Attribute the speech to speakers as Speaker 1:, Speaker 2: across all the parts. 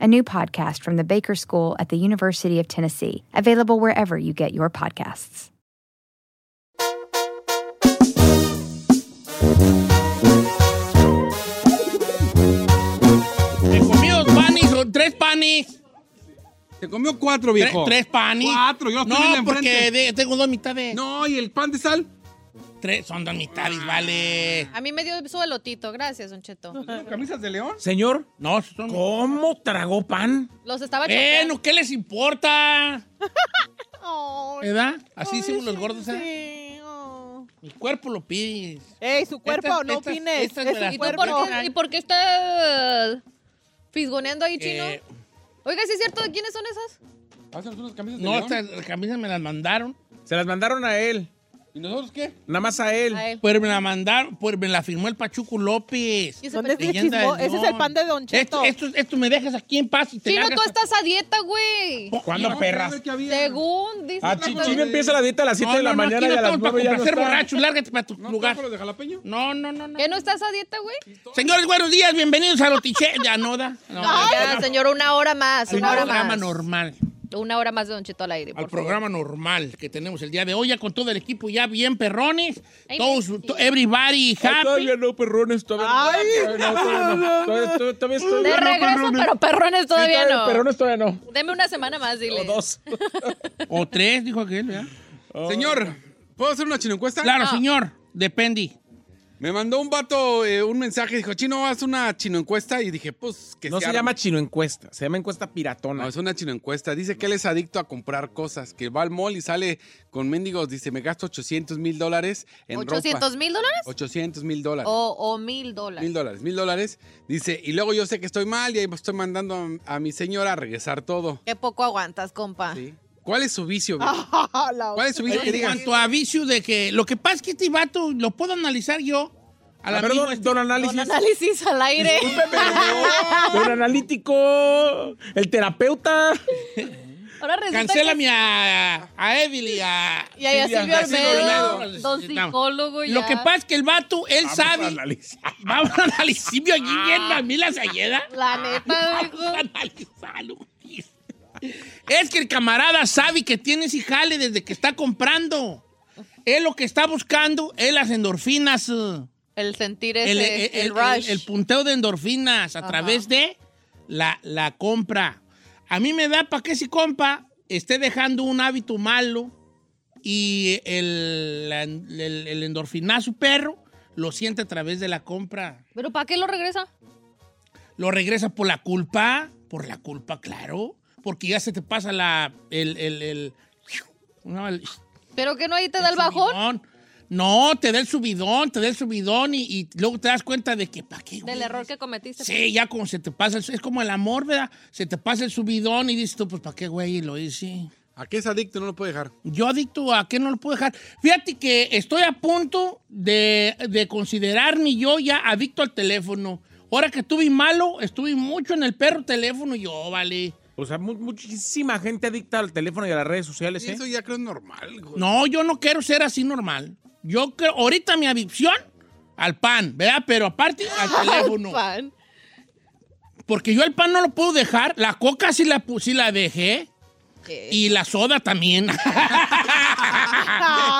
Speaker 1: a new podcast from the Baker School at the University of Tennessee, available wherever you get your podcasts.
Speaker 2: Se comió panis o tres panis.
Speaker 3: Se comió cuatro,
Speaker 2: Tre-
Speaker 3: viejo.
Speaker 2: tres panis.
Speaker 3: Cuatro, yo los
Speaker 2: No,
Speaker 3: tengo en
Speaker 2: porque
Speaker 3: enfrente.
Speaker 2: de- tengo dos mitades.
Speaker 3: No, ¿y el pan de sal?
Speaker 2: Tres, son dos mitades, vale.
Speaker 4: A mí me dio su elotito, gracias, Don Cheto.
Speaker 3: ¿Camisas de león?
Speaker 5: Señor,
Speaker 2: No, son.
Speaker 5: ¿cómo tragó pan?
Speaker 4: Los estaba
Speaker 2: Bueno, ¿qué les importa?
Speaker 4: choqueando. Ay,
Speaker 2: ¿Verdad? Así según los gordos, ¿eh?
Speaker 6: Sí, oh.
Speaker 2: Mi cuerpo lo pide.
Speaker 6: Ey, su cuerpo,
Speaker 2: Estas-
Speaker 6: no
Speaker 2: estas-
Speaker 6: opines.
Speaker 2: estas
Speaker 6: es
Speaker 2: me las-
Speaker 6: su
Speaker 4: ¿Y, tú
Speaker 6: cuerpo.
Speaker 4: por qué, ¿Y por qué está fisgoneando ahí, chino?
Speaker 2: Eh,
Speaker 4: Oiga, ¿sí es cierto? ¿De quiénes son esas?
Speaker 3: ¿Hacen unas camisas de
Speaker 2: no,
Speaker 3: león?
Speaker 2: estas camisas me las mandaron.
Speaker 5: Se las mandaron a él,
Speaker 3: ¿Y nosotros qué?
Speaker 5: nada más a él.
Speaker 4: A él.
Speaker 2: Pues me la mandaron, pues me la firmó el Pachuco López.
Speaker 4: ¿Y ese
Speaker 6: ¿Dónde
Speaker 4: pe-
Speaker 6: Ese
Speaker 2: Leyenda
Speaker 6: chismo-
Speaker 2: del
Speaker 6: ese es
Speaker 2: León.
Speaker 6: el pan de Don
Speaker 2: Esto,
Speaker 6: Cheto.
Speaker 2: esto, esto me dejas aquí en paz y te Oh,
Speaker 4: Chino,
Speaker 2: largas
Speaker 4: tú
Speaker 2: a-
Speaker 4: estás a dieta, güey.
Speaker 5: ¿Cuándo,
Speaker 3: No,
Speaker 5: perras?
Speaker 3: a ver qué había.
Speaker 4: Según dice.
Speaker 3: Ah,
Speaker 5: A
Speaker 4: la-
Speaker 5: Chichino empieza la dieta a las 7 de la mañana
Speaker 2: aquí
Speaker 5: y
Speaker 2: no
Speaker 5: a las
Speaker 2: estamos para
Speaker 5: 9 ya no
Speaker 2: complacer
Speaker 5: está.
Speaker 2: borrachos, lárgate para tu
Speaker 3: ¿No
Speaker 2: lugar.
Speaker 3: lugar. los de jalapeño?
Speaker 2: No, no, no, no.
Speaker 4: ¿Qué no estás a dieta, güey?
Speaker 2: Señores, buenos días, bienvenidos a Lotiche. Ya no da. No,
Speaker 4: Ya, señor, una hora más.
Speaker 2: Ah, al
Speaker 4: Una hora
Speaker 2: programa
Speaker 4: más.
Speaker 2: normal.
Speaker 4: Una hora más de Don Cheto al aire.
Speaker 2: Al
Speaker 4: por favor.
Speaker 2: programa normal que tenemos el día de hoy, ya con todo el equipo ya bien perrones.
Speaker 4: Ay,
Speaker 2: Todos,
Speaker 4: sí.
Speaker 2: to- everybody
Speaker 5: Ay,
Speaker 2: happy.
Speaker 5: Todavía no, perrones, todavía no.
Speaker 6: Ay.
Speaker 5: Todavía no, todavía no. Todavía- todavía- todavía-
Speaker 4: De
Speaker 5: todavía no,
Speaker 4: regreso,
Speaker 5: perrones.
Speaker 4: pero perrones
Speaker 5: Sí,
Speaker 4: todavía no.
Speaker 5: Perrones todavía no.
Speaker 4: Deme una semana más, dile.
Speaker 5: O dos.
Speaker 2: O tres, dijo aquel, ¿verdad?
Speaker 3: Señor, ¿puedo hacer una chino encuesta?
Speaker 2: Claro,
Speaker 4: No.
Speaker 2: señor. Depende.
Speaker 3: Me mandó un vato eh, un mensaje, dijo, chino, haz una chino encuesta. Y dije, pues, que
Speaker 5: No se
Speaker 3: arme".
Speaker 5: llama chino encuesta, se llama encuesta piratona.
Speaker 3: No, es una chino encuesta. Dice que él es adicto a comprar cosas, que va al mall y sale con mendigos. Dice, me gasto 800 mil dólares en ropa.
Speaker 4: ¿800 mil dólares?
Speaker 3: 800 mil dólares.
Speaker 4: O, o mil dólares.
Speaker 3: Mil dólares, mil dólares. Dice, y luego yo sé que estoy mal y ahí estoy mandando a, a mi señora a regresar todo.
Speaker 6: Qué poco aguantas, compa.
Speaker 3: Sí. ¿Cuál es su vicio?
Speaker 4: Oh,
Speaker 3: viejo?
Speaker 6: La-
Speaker 3: ¿Cuál es su vicio? Que
Speaker 2: En
Speaker 3: digan,
Speaker 2: cuanto a vicio de que. Lo que pasa es que este vato lo puedo analizar yo. A la
Speaker 5: A ver,
Speaker 2: misma-
Speaker 5: don, don análisis.
Speaker 4: Con análisis al aire.
Speaker 5: Don analítico. El terapeuta.
Speaker 4: Ahora resulta que...
Speaker 2: Cancélame a, a Evil y a.
Speaker 4: Y ahí a
Speaker 5: Silvia
Speaker 4: Silvio
Speaker 2: Olmedo.
Speaker 4: Olmedo, don psicólogo ya.
Speaker 2: Lo que pasa es que el vato, él sabe.
Speaker 5: Vamos a analizar.
Speaker 2: Vamos a analizar yo allí bien, a mí la sayeda.
Speaker 4: La neta,
Speaker 2: Vamos a
Speaker 4: viejo.
Speaker 2: analizarlo. Es que el camarada sabe que tiene ese jale desde que está comprando. Él lo que está buscando es las endorfinas. eh,
Speaker 4: El sentir ese,
Speaker 2: El,
Speaker 4: el,
Speaker 2: el- el-
Speaker 4: rush.
Speaker 2: el punteo de endorfinas a través de la, la compra. A mí me da para que si compa esté dejando un hábito malo y el, la- el, el endorfinazo perro lo siente a través de la compra.
Speaker 4: ¿Pero para qué lo regresa?
Speaker 2: Lo regresa por la culpa, por la culpa, claro, porque ya se te pasa la, el, el, el- no, el-
Speaker 4: ¿Pero que no ahí te da el bajón?
Speaker 2: subidón. No, te da el subidón, te da el subidón y, y luego te das cuenta de que, ¿para qué?
Speaker 4: Del
Speaker 2: güey?
Speaker 4: error que cometiste.
Speaker 2: Sí, ya como se te pasa, el- es como el amor, ¿verdad? Se te pasa el subidón y dices tú, pues, ¿para qué, güey? Y lo hice.
Speaker 3: ¿A qué es adicto? No lo puede dejar.
Speaker 2: Yo adicto a qué no lo puedo dejar. Fíjate que estoy a punto de, de considerarme yo ya adicto al teléfono. Ahora que estuve malo, estuve mucho en el perro teléfono y yo, vale.
Speaker 5: O sea, mu- muchísima gente adicta al teléfono y a las redes sociales,
Speaker 3: Y
Speaker 5: ¿eh?
Speaker 3: Eso ya creo es normal. güey.
Speaker 2: No, yo no quiero ser así normal. Yo creo, ahorita mi adicción al pan, ¿verdad? Pero aparte al teléfono.
Speaker 6: Pan.
Speaker 2: Porque yo el pan no lo puedo dejar. La coca sí la, pu- sí la dejé.
Speaker 6: Sí.
Speaker 2: Y la soda también.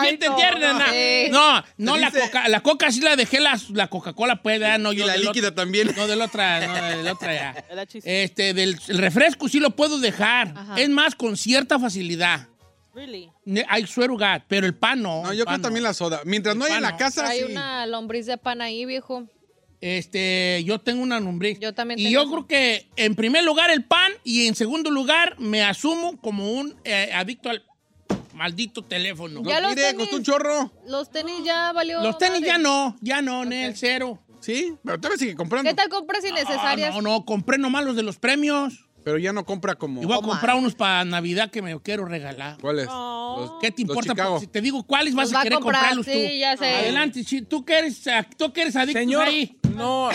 Speaker 2: ¿Quién te entiende,
Speaker 6: no. eh.
Speaker 2: na?
Speaker 6: Sí.
Speaker 2: No, no,
Speaker 3: Te
Speaker 2: la
Speaker 3: dice-
Speaker 2: coca, la coca sí la dejé, la, la Coca-Cola puede, ah, no,
Speaker 3: Y
Speaker 2: yo
Speaker 3: la
Speaker 2: del otro-
Speaker 3: líquida también.
Speaker 2: No, del otra, no, del otra ya.
Speaker 6: La chis-
Speaker 2: Este, del el refresco sí lo puedo dejar.
Speaker 6: Ajá.
Speaker 2: Es más, con cierta facilidad.
Speaker 6: Really.
Speaker 2: Ne- I swear to God, pero el pan no.
Speaker 3: No,
Speaker 2: el
Speaker 3: yo
Speaker 2: pan
Speaker 3: creo también la soda. Mientras no
Speaker 2: El
Speaker 3: hay en
Speaker 2: pan
Speaker 3: la
Speaker 2: no.
Speaker 3: casa,
Speaker 4: Hay
Speaker 3: sí.
Speaker 4: una lombriz de pan ahí, viejo.
Speaker 2: Este, yo tengo una lombriz.
Speaker 4: Yo también
Speaker 2: Y
Speaker 4: tengo
Speaker 2: yo creo que en primer lugar el pan y en segundo lugar me asumo como un eh, adicto al maldito teléfono.
Speaker 4: Ya los
Speaker 3: Mire,
Speaker 4: tenis.
Speaker 3: costó un chorro.
Speaker 4: Los tenis ya valió.
Speaker 2: Los tenis
Speaker 4: madre.
Speaker 2: ya no, ya no, Nel, cero. Ah,
Speaker 3: Sí, pero todavía sigue comprando.
Speaker 4: ¿Qué tal compras innecesarias?
Speaker 2: No, no, compré nomás los de los premios.
Speaker 3: Pero ya no compra como.
Speaker 2: Y voy a
Speaker 6: Omar.
Speaker 2: comprar unos para Navidad que me quiero regalar.
Speaker 3: ¿Cuál es?
Speaker 6: Oh.
Speaker 2: ¿Qué te
Speaker 3: Los
Speaker 2: importa?
Speaker 3: Chicago.
Speaker 2: Porque si te digo cuáles vas
Speaker 4: Los
Speaker 2: a
Speaker 4: va a
Speaker 2: querer
Speaker 4: comprar,
Speaker 2: comprarlos tú.
Speaker 4: sí, ya sé.
Speaker 2: Adelante, sí, tú que eres, ah, tú que eres adicto
Speaker 5: Señor,
Speaker 2: ahí.
Speaker 5: no.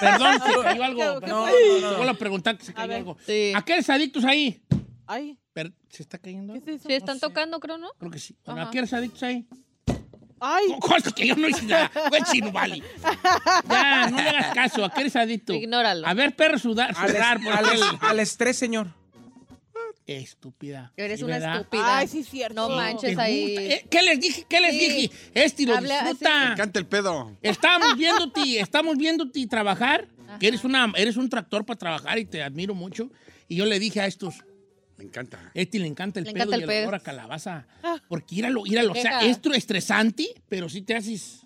Speaker 2: Perdón, se cayó algo.
Speaker 6: ¿Qué- qué
Speaker 2: No,
Speaker 5: fue?
Speaker 2: no, no, no. Vuelvo a preguntar que se cayó
Speaker 6: ver,
Speaker 2: algo.
Speaker 4: sí.
Speaker 2: ¿A qué eres adictos ahí?
Speaker 6: Ay,
Speaker 2: Per- ¿Se está cayendo?
Speaker 6: ¿qué es eso?
Speaker 4: Sí, están
Speaker 2: No sé.
Speaker 4: tocando, creo, ¿no?
Speaker 2: Creo que sí. Bueno, ¿A
Speaker 4: Ajá.
Speaker 2: qué eres adictos ahí?
Speaker 6: Ay,
Speaker 2: No, Consta que yo no hice nada. Fue el chino, vale. Ya, no le hagas caso. ¿A qué eres adicto?
Speaker 4: Ignóralo.
Speaker 2: A ver, perro, sudar,
Speaker 5: Al,
Speaker 2: sudar. por
Speaker 5: al-
Speaker 2: el-
Speaker 5: al estrés, señor.
Speaker 2: Estúpida.
Speaker 4: Eres
Speaker 2: Sí,
Speaker 4: una
Speaker 2: ¿verdad?
Speaker 4: estúpida.
Speaker 6: Ay, sí es cierto.
Speaker 4: No
Speaker 6: Sí.
Speaker 2: ¿Te
Speaker 4: manches
Speaker 2: gusta?
Speaker 4: ahí.
Speaker 2: Eh, ¿Qué les dije? ¿Qué les
Speaker 4: Sí.
Speaker 2: dije? Este lo
Speaker 4: Habla-
Speaker 3: Me
Speaker 2: disfruta.
Speaker 3: encanta el pedo.
Speaker 2: Estamos viéndote, estamos viéndote trabajar, que eres, una, eres un tractor para trabajar y te admiro mucho. Y yo le dije a estos,
Speaker 3: Me encanta.
Speaker 2: a este le encanta el
Speaker 4: Le
Speaker 2: pedo
Speaker 4: encanta el
Speaker 2: y el
Speaker 4: pedo.
Speaker 2: olor a calabaza. Porque ir a lo, ir a lo- o sea,
Speaker 4: Deja.
Speaker 2: es tru- estresante, pero sí te haces,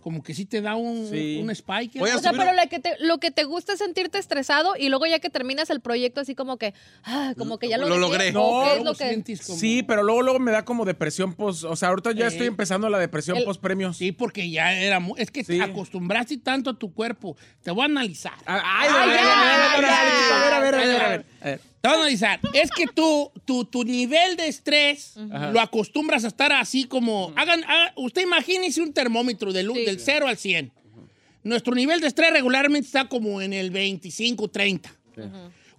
Speaker 2: como que sí te da un,
Speaker 5: Sí.
Speaker 2: un spike.
Speaker 3: Voy a
Speaker 4: O sea,
Speaker 3: subir-
Speaker 4: pero la que te- lo que te gusta es sentirte estresado y luego ya que terminas el proyecto así como que, ah, como que ya lo,
Speaker 3: Lo
Speaker 4: logré.
Speaker 3: logré.
Speaker 4: ¿O qué es
Speaker 2: Luego
Speaker 4: lo que-
Speaker 2: sientes como-
Speaker 5: Sí, pero luego, luego me da como depresión post. O sea, ahorita ya
Speaker 2: Sí.
Speaker 5: estoy empezando la depresión
Speaker 4: El-
Speaker 5: post premios.
Speaker 2: Sí, porque ya era... mu- Es que
Speaker 5: Sí. Ah,
Speaker 2: te acostumbraste tanto a tu cuerpo. Te voy a analizar.
Speaker 5: Ay,
Speaker 2: Ay, ya,
Speaker 5: a
Speaker 2: ya.
Speaker 5: ver, a ver, a ver, a ver, a ver, a ver, a ver.
Speaker 2: Te voy a analizar. Es que tú, tu, tu nivel de estrés
Speaker 5: Ajá.
Speaker 2: lo acostumbras a estar así como. Hagan, haga- usted imagínese un termómetro de luz
Speaker 4: Sí.
Speaker 2: del 0 al 100. Nuestro nivel de estrés regularmente está como en el 25, 30.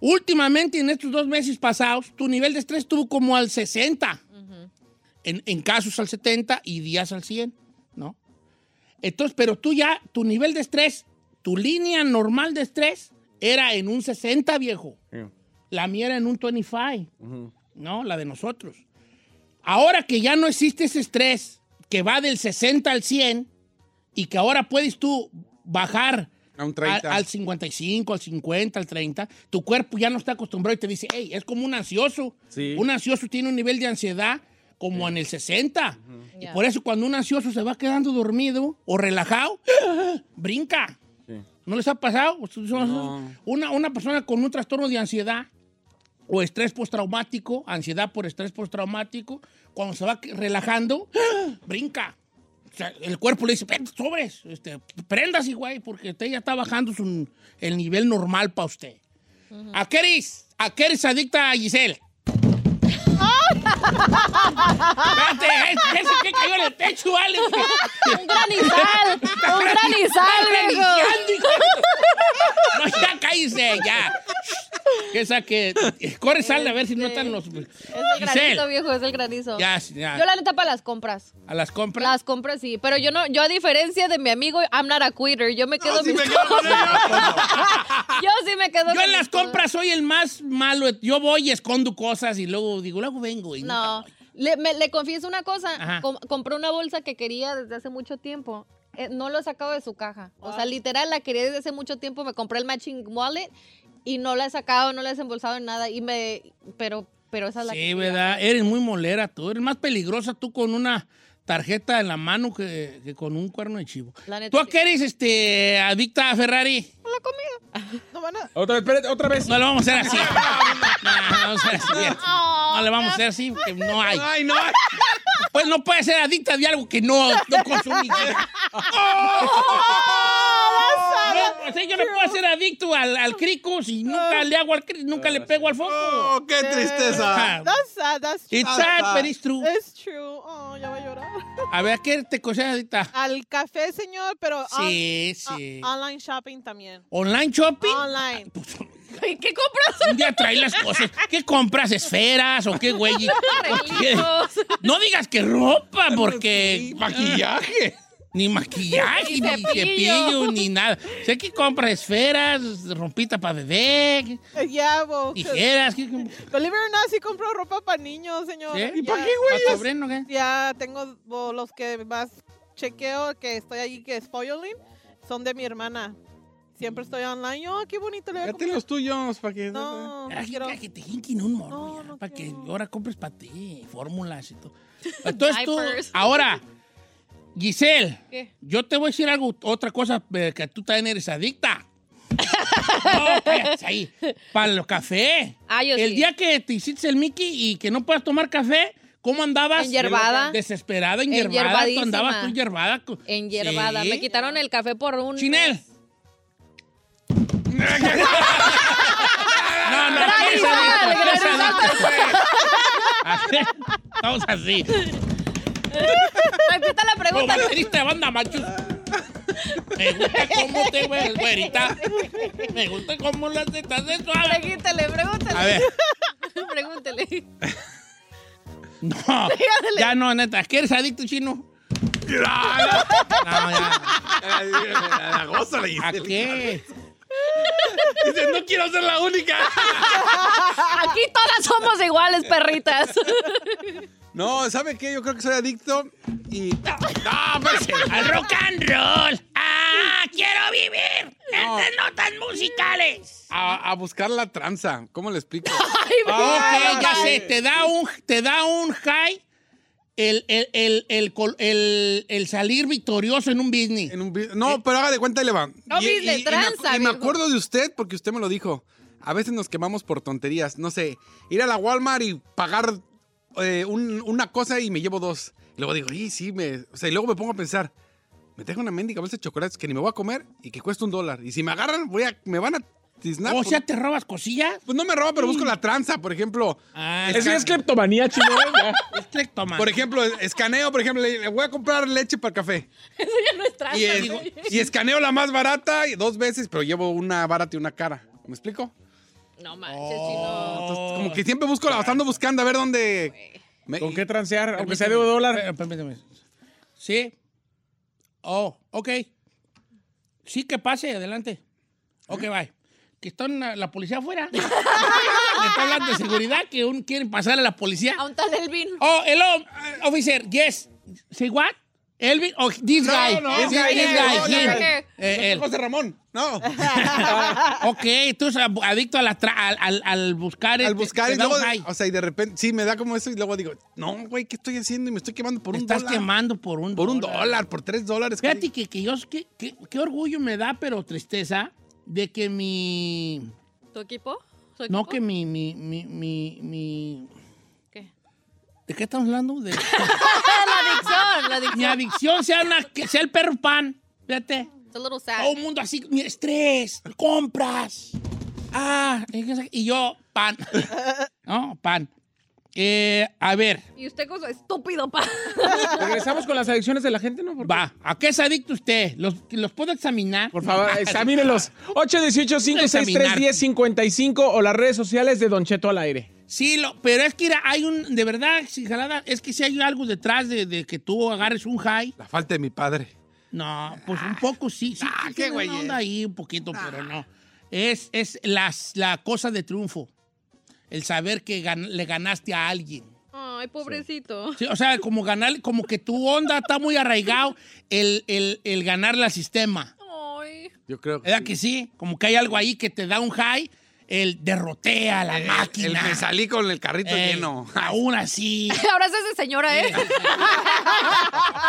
Speaker 2: Últimamente, en estos dos meses pasados, tu nivel de estrés estuvo como al 60. en, en casos al 70 y días al 100, ¿no? Entonces, pero tú ya, tu nivel de estrés, tu línea normal de estrés era en un 60, viejo. La mía era en un 25, ¿no? La de nosotros. Ahora que ya no existe ese estrés que va del 60 al 100 y que ahora puedes tú bajar
Speaker 3: A un 30.
Speaker 2: a- al 55, al 50, al 30, tu cuerpo ya no está acostumbrado y te dice, hey, es como un ansioso.
Speaker 5: Sí.
Speaker 2: Un ansioso tiene un nivel de ansiedad como en el 60. Y
Speaker 4: Ya.
Speaker 2: por eso cuando un ansioso se va quedando dormido o relajado, brinca. ¿No les ha pasado? Una, una persona con un trastorno de ansiedad o estrés postraumático, ansiedad por estrés postraumático, cuando se va que- relajando, ¡ah! brinca. O sea, el cuerpo le dice, "Ven, sobres, este, prendas, güey, porque usted ya está bajando su- el nivel normal para usted. ¿A qué eres? ¿A qué eres adicta a Giselle? Espérate, ese- ese que cayó en el techo, vale.
Speaker 4: Un granizal, un granizal, viejo.
Speaker 2: Iniciando, hijo. No, ya cállese, ya. Que saque. Corre, sal a ver si no están los. pues.
Speaker 4: Es el granizo,
Speaker 2: Giselle.
Speaker 4: viejo, es el granizo.
Speaker 2: Ya, ya.
Speaker 4: Yo la neta para las compras.
Speaker 2: A las compras.
Speaker 4: Las compras sí, pero yo no, yo a diferencia de mi amigo, I'm not a quitter. Yo me quedo en
Speaker 3: sí
Speaker 4: mis
Speaker 3: me quedo con ella.
Speaker 4: Yo sí me quedo
Speaker 2: Yo
Speaker 4: con
Speaker 2: en las
Speaker 4: mis cosas.
Speaker 2: compras soy el más malo. Yo voy y escondo cosas y luego digo, luego vengo. Y
Speaker 4: No,
Speaker 2: nunca voy.
Speaker 4: le, me- le confieso una
Speaker 2: Ajá.
Speaker 4: cosa. Com- compré una bolsa que quería desde hace mucho tiempo. Eh, no lo he sacado de su caja. O sea, literal, la quería desde hace mucho tiempo. Me compré el matching wallet y no la he sacado, no la he desembolsado en nada. Y me... Pero, pero esa es la
Speaker 2: Sí,
Speaker 4: que...
Speaker 2: ¿verdad? Eres muy molera tú. Eres más peligrosa tú con una tarjeta en la mano que, que con un cuerno de chivo.
Speaker 4: La neta
Speaker 2: ¿Tú a
Speaker 4: sí.
Speaker 2: qué eres este, adicta a Ferrari?
Speaker 6: no van a.
Speaker 5: Otra vez, espérate, otra vez.
Speaker 2: No lo vamos a hacer así. No, no vamos a hacer así. No le vamos a hacer así porque no hay.
Speaker 3: Ay, no.
Speaker 2: Pues no puede ser adicta de algo que no, no consumiste. No, o sea, pues yo no puedo ser adicto al, al crico si nunca le hago al cri- nunca le pego al foco.
Speaker 3: Oh, qué tristeza.
Speaker 6: That's sad, that's true.
Speaker 2: It's sad, but it's true.
Speaker 6: It's true. Oh, ya va a llorar.
Speaker 2: A ver, ¿a qué te consideras adicta?
Speaker 6: Al café, señor, pero. on-
Speaker 2: Sí,
Speaker 6: a-
Speaker 2: sí.
Speaker 6: online shopping también.
Speaker 2: ¿Online shopping?
Speaker 6: Online.
Speaker 2: Pues,
Speaker 4: ¿Y ¿Qué compras?
Speaker 2: un día trae las cosas. ¿Qué compras? ¿Esferas o qué, güey? ¿Qué?
Speaker 4: Relojos.
Speaker 2: No digas que ropa, porque... Maquillaje. Ni maquillaje, pues ni cepillo, ni nada. Sé que compra esferas, rompita para bebé,
Speaker 6: Eh, Ya, bo.
Speaker 2: tijeras. ¿qué- qué-
Speaker 6: Believe it or not, sí compró ropa para niños, señor.
Speaker 2: ¿Qué?
Speaker 6: Ya.
Speaker 2: ¿Para sobrino qué?
Speaker 6: Ya tengo bo, los que más chequeo, que estoy allí, que es Foyolin, son de mi hermana. Siempre estoy online. Oh, qué bonito le voy a
Speaker 3: Fíjate
Speaker 6: comprar.
Speaker 3: los tuyos para que.
Speaker 6: No, no
Speaker 2: Ah,
Speaker 4: pues,
Speaker 6: quiero.
Speaker 2: que- que te jinquen un morro,
Speaker 6: No,
Speaker 2: ya,
Speaker 6: no
Speaker 2: para que
Speaker 6: quiero.
Speaker 2: ahora compres para ti, fórmulas y todo. Entonces tú,
Speaker 4: Diapers.
Speaker 2: ahora, Giselle,
Speaker 4: ¿Qué?
Speaker 2: yo te voy a decir algo, otra cosa eh, que tú también eres adicta. no, cállate ahí. Para los café.
Speaker 4: Ah, yo
Speaker 2: el
Speaker 4: sí.
Speaker 2: día que te hiciste el Mickey y que no puedas tomar café, ¿cómo andabas?
Speaker 4: Enyerbada.
Speaker 2: Desesperada, enyerbada. Tú andabas tú
Speaker 4: Enyerbadísima.
Speaker 2: enyerbada. co-
Speaker 4: Enyerbada.
Speaker 2: Sí.
Speaker 4: Me quitaron el café por un.
Speaker 2: Chinel. no, no, aquí es adicto, aquí es adicto, pues. Así, Estamos así.
Speaker 4: Repita la
Speaker 2: Como
Speaker 4: pregunta.
Speaker 2: baterista de banda macho. Me gusta cómo te güey, güerita. Me gusta cómo las estás de suave.
Speaker 4: Pregúntele, pregúntele.
Speaker 2: A ver.
Speaker 4: Pregúntele.
Speaker 2: No. Ya no, neta. ¿Qué eres adicto, chino? No, ya.
Speaker 3: La goza, la
Speaker 2: ¿A
Speaker 3: Giselle.
Speaker 2: qué?
Speaker 3: Dice, no quiero ser la única.
Speaker 4: Aquí todas somos iguales, perritas.
Speaker 3: No, ¿sabe qué? Yo creo que soy adicto y.
Speaker 2: No, pues, al rock and roll. ¡Ah! ¡Quiero vivir! ¡Estas notas musicales!
Speaker 3: A, a buscar la tranza. ¿Cómo le explico?
Speaker 2: Ah, ok, ya sé. Te da un, te da un high el, el, el, el, col- el- el salir victorioso en un business.
Speaker 3: En un vi- no, pero haga de cuenta, le va.
Speaker 4: Eh, No, business,
Speaker 3: me acu-
Speaker 4: tranza,
Speaker 3: y me
Speaker 4: Virgo.
Speaker 3: acuerdo de usted porque usted me lo dijo. A veces nos quemamos por tonterías. No sé, ir a la Walmart y pagar eh, un- una cosa y me llevo dos. Y luego digo, y sí, me. O sea, y luego me pongo a pensar. Me tengo una mendiga bolsa de chocolates que ni me voy a comer y que cuesta un dólar. Y si me agarran, voy a, me van a tiznar.
Speaker 2: o
Speaker 3: Pues-
Speaker 2: sea, ¿te robas cosillas?
Speaker 3: pues no me roba, pero busco la tranza, por ejemplo.
Speaker 2: Ah,
Speaker 5: Eso ya es cleptomanía, chino. ya.
Speaker 2: es cleptomano.
Speaker 3: Por ejemplo, escaneo, por ejemplo, le, le voy a comprar leche para el café. Y, es- y escaneo la más barata y dos veces, pero llevo una barata y una cara. ¿Me explico?
Speaker 4: No manches, chino.
Speaker 3: Entonces, como que siempre busco, la ando buscando a ver dónde. me-
Speaker 5: ¿Con qué transear? Aunque sea de
Speaker 2: Permíteme,
Speaker 5: un dólar.
Speaker 2: per- Permíteme. Sí. Oh, ok. Sí, que pase, adelante.
Speaker 3: ¿Eh?
Speaker 2: Ok, bye. Que están la, la policía afuera. Me está hablando de seguridad, que un, quieren pasar a la policía.
Speaker 4: A un tal Elvin.
Speaker 2: Oh, hello, uh, officer. Yes. Say what? Elvin? Oh, this
Speaker 3: No,
Speaker 2: guy.
Speaker 3: no,
Speaker 2: this
Speaker 3: no,
Speaker 2: guy. This
Speaker 3: no,
Speaker 2: guy.
Speaker 3: no,
Speaker 2: him.
Speaker 4: no, no.
Speaker 2: Eh, él.
Speaker 3: José Ramón. No.
Speaker 2: Ok, tú eres ab- adicto a la tra- al, al- al buscar.
Speaker 3: Al
Speaker 2: este-
Speaker 3: buscar y
Speaker 2: te da un
Speaker 3: luego.
Speaker 2: high.
Speaker 3: O sea, y de repente. Sí, me da como eso y luego digo, no, güey, ¿qué estoy haciendo? Y me estoy quemando por
Speaker 2: Me
Speaker 3: un
Speaker 2: estás
Speaker 3: dólar.
Speaker 2: quemando por un
Speaker 3: Por un dólar, por tres dólares.
Speaker 2: Fíjate que, que yo, qué, qué- qué orgullo me da, pero tristeza, de que mi...
Speaker 4: ¿Tu equipo? ¿Su
Speaker 2: No,
Speaker 4: equipo?
Speaker 2: que mi, mi, mi, mi, mi-
Speaker 4: ¿Qué?
Speaker 2: ¿De qué estamos hablando? De,
Speaker 4: la adicción, la
Speaker 2: mi
Speaker 4: adicción.
Speaker 2: adicción sea, una- que sea el perro pan. Fíjate.
Speaker 4: It's a little sad.
Speaker 2: Todo el mundo así, mi estrés, compras. Ah, y yo, pan. No, pan. Eh, a ver,
Speaker 4: Y usted con su estúpido pa.
Speaker 5: Regresamos con las adicciones de la gente, ¿no? Por-
Speaker 2: va. ¿A qué es adicto usted? ¿Los, los puedo examinar?
Speaker 5: Por favor, examínelos. 818-563-1055 o las redes sociales de Don Cheto al aire.
Speaker 2: Sí, lo- pero es que mira, hay un, de verdad, sin jalada, es que si hay algo detrás de, de que tú agarres un high,
Speaker 3: La falta de mi padre.
Speaker 2: no, pues un poco sí, sí,
Speaker 3: Ah,
Speaker 2: sí
Speaker 3: qué Ah.
Speaker 2: tiene una
Speaker 3: güey
Speaker 2: onda
Speaker 3: es.
Speaker 2: ahí un poquito, pero no. Es, es las, la cosa de triunfo, el saber que gan- le ganaste a alguien.
Speaker 4: Ay, pobrecito.
Speaker 2: Sí, o sea, como ganar, como que tu onda está muy arraigado el, el, el ganarle al sistema.
Speaker 4: Ay.
Speaker 3: Yo creo que.
Speaker 2: ¿Verdad que sí? Como que hay algo ahí que te da un high, el derrotea la máquina.
Speaker 3: Eh, El me salí con el carrito
Speaker 2: Ey,
Speaker 3: lleno.
Speaker 2: Aún así.
Speaker 4: Ahora es esa señora, ¿eh?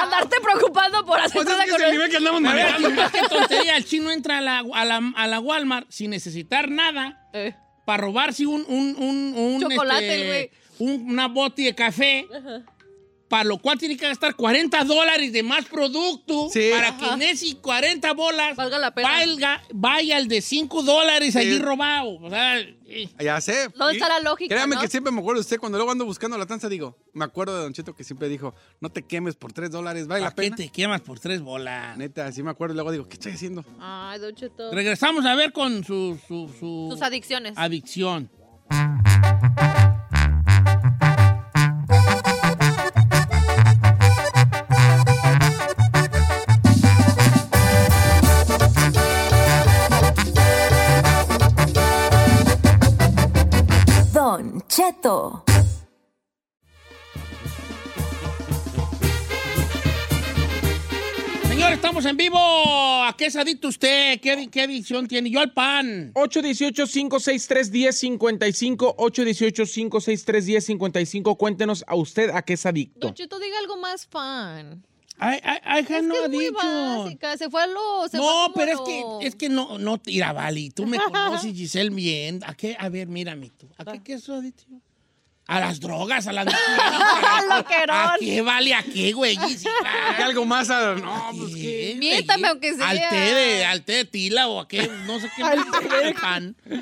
Speaker 4: Andarte preocupando por hacer
Speaker 3: Pues es
Speaker 4: cosas
Speaker 3: que es
Speaker 4: con
Speaker 3: el
Speaker 4: él.
Speaker 3: nivel que andamos
Speaker 2: A ver,
Speaker 3: manejando.
Speaker 2: aquí más que tontería, el chino entra a la, a la- a la Walmart sin necesitar nada
Speaker 4: Eh,
Speaker 2: para robarse un... un, un, un, este,
Speaker 4: Chocolate, el güey.
Speaker 2: un- una boti de café, para lo cual tiene que gastar 40 dólares de más producto
Speaker 3: Sí.
Speaker 2: para que en ese 40 bolas
Speaker 4: Valga la pena.
Speaker 2: valga- vaya el de 5 dólares
Speaker 3: Sí.
Speaker 2: allí robado. O sea, eh,
Speaker 3: Ya sé.
Speaker 4: ¿Dónde
Speaker 3: Y
Speaker 4: está la lógica,
Speaker 3: Créame
Speaker 4: no?
Speaker 3: que siempre me acuerdo de usted. Cuando luego ando buscando la tranza, digo, me acuerdo de Don Cheto que siempre dijo, no te quemes por tres dólares, vale la
Speaker 2: ¿para qué
Speaker 3: pena.
Speaker 2: te quemas por tres bolas?
Speaker 3: Neta, sí me acuerdo. Y luego digo, ¿qué estoy haciendo?
Speaker 4: Ay, Don Cheto.
Speaker 2: Regresamos a ver con su, su, su-
Speaker 4: Sus adicciones.
Speaker 2: adicción. Señores, estamos en vivo. ¿A qué es adicto usted? ¿Qué, qué adicción tiene? Yo al pan.
Speaker 5: 818-563-1055, 818-563-1055. Cuéntenos a usted a qué es adicto.
Speaker 4: Don Cheto, diga algo más fan.
Speaker 2: Ay, ay, ay, ja,
Speaker 4: Es
Speaker 2: no
Speaker 4: que
Speaker 2: ha
Speaker 4: es muy
Speaker 2: dicho.
Speaker 4: básica. Se fue a lo. se fue
Speaker 2: No,
Speaker 4: como
Speaker 2: pero es
Speaker 4: lo-
Speaker 2: que, es que no, no, tira, Vali. Tú me conoces, Giselle, bien. ¿A qué? A ver, mírame tú. ¿A qué, qué es eso, adictivo? A las drogas, a las.
Speaker 4: ¡Ah, loquerón!
Speaker 2: ¿A qué vale? ¿A qué, güey? Gisela?
Speaker 3: Que algo más a- No, pues
Speaker 2: Sí,
Speaker 3: que.
Speaker 2: güey.
Speaker 4: Miéntame, aunque sea.
Speaker 2: Al té de, al té de tila o a qué, no sé qué. al pan.
Speaker 3: pues,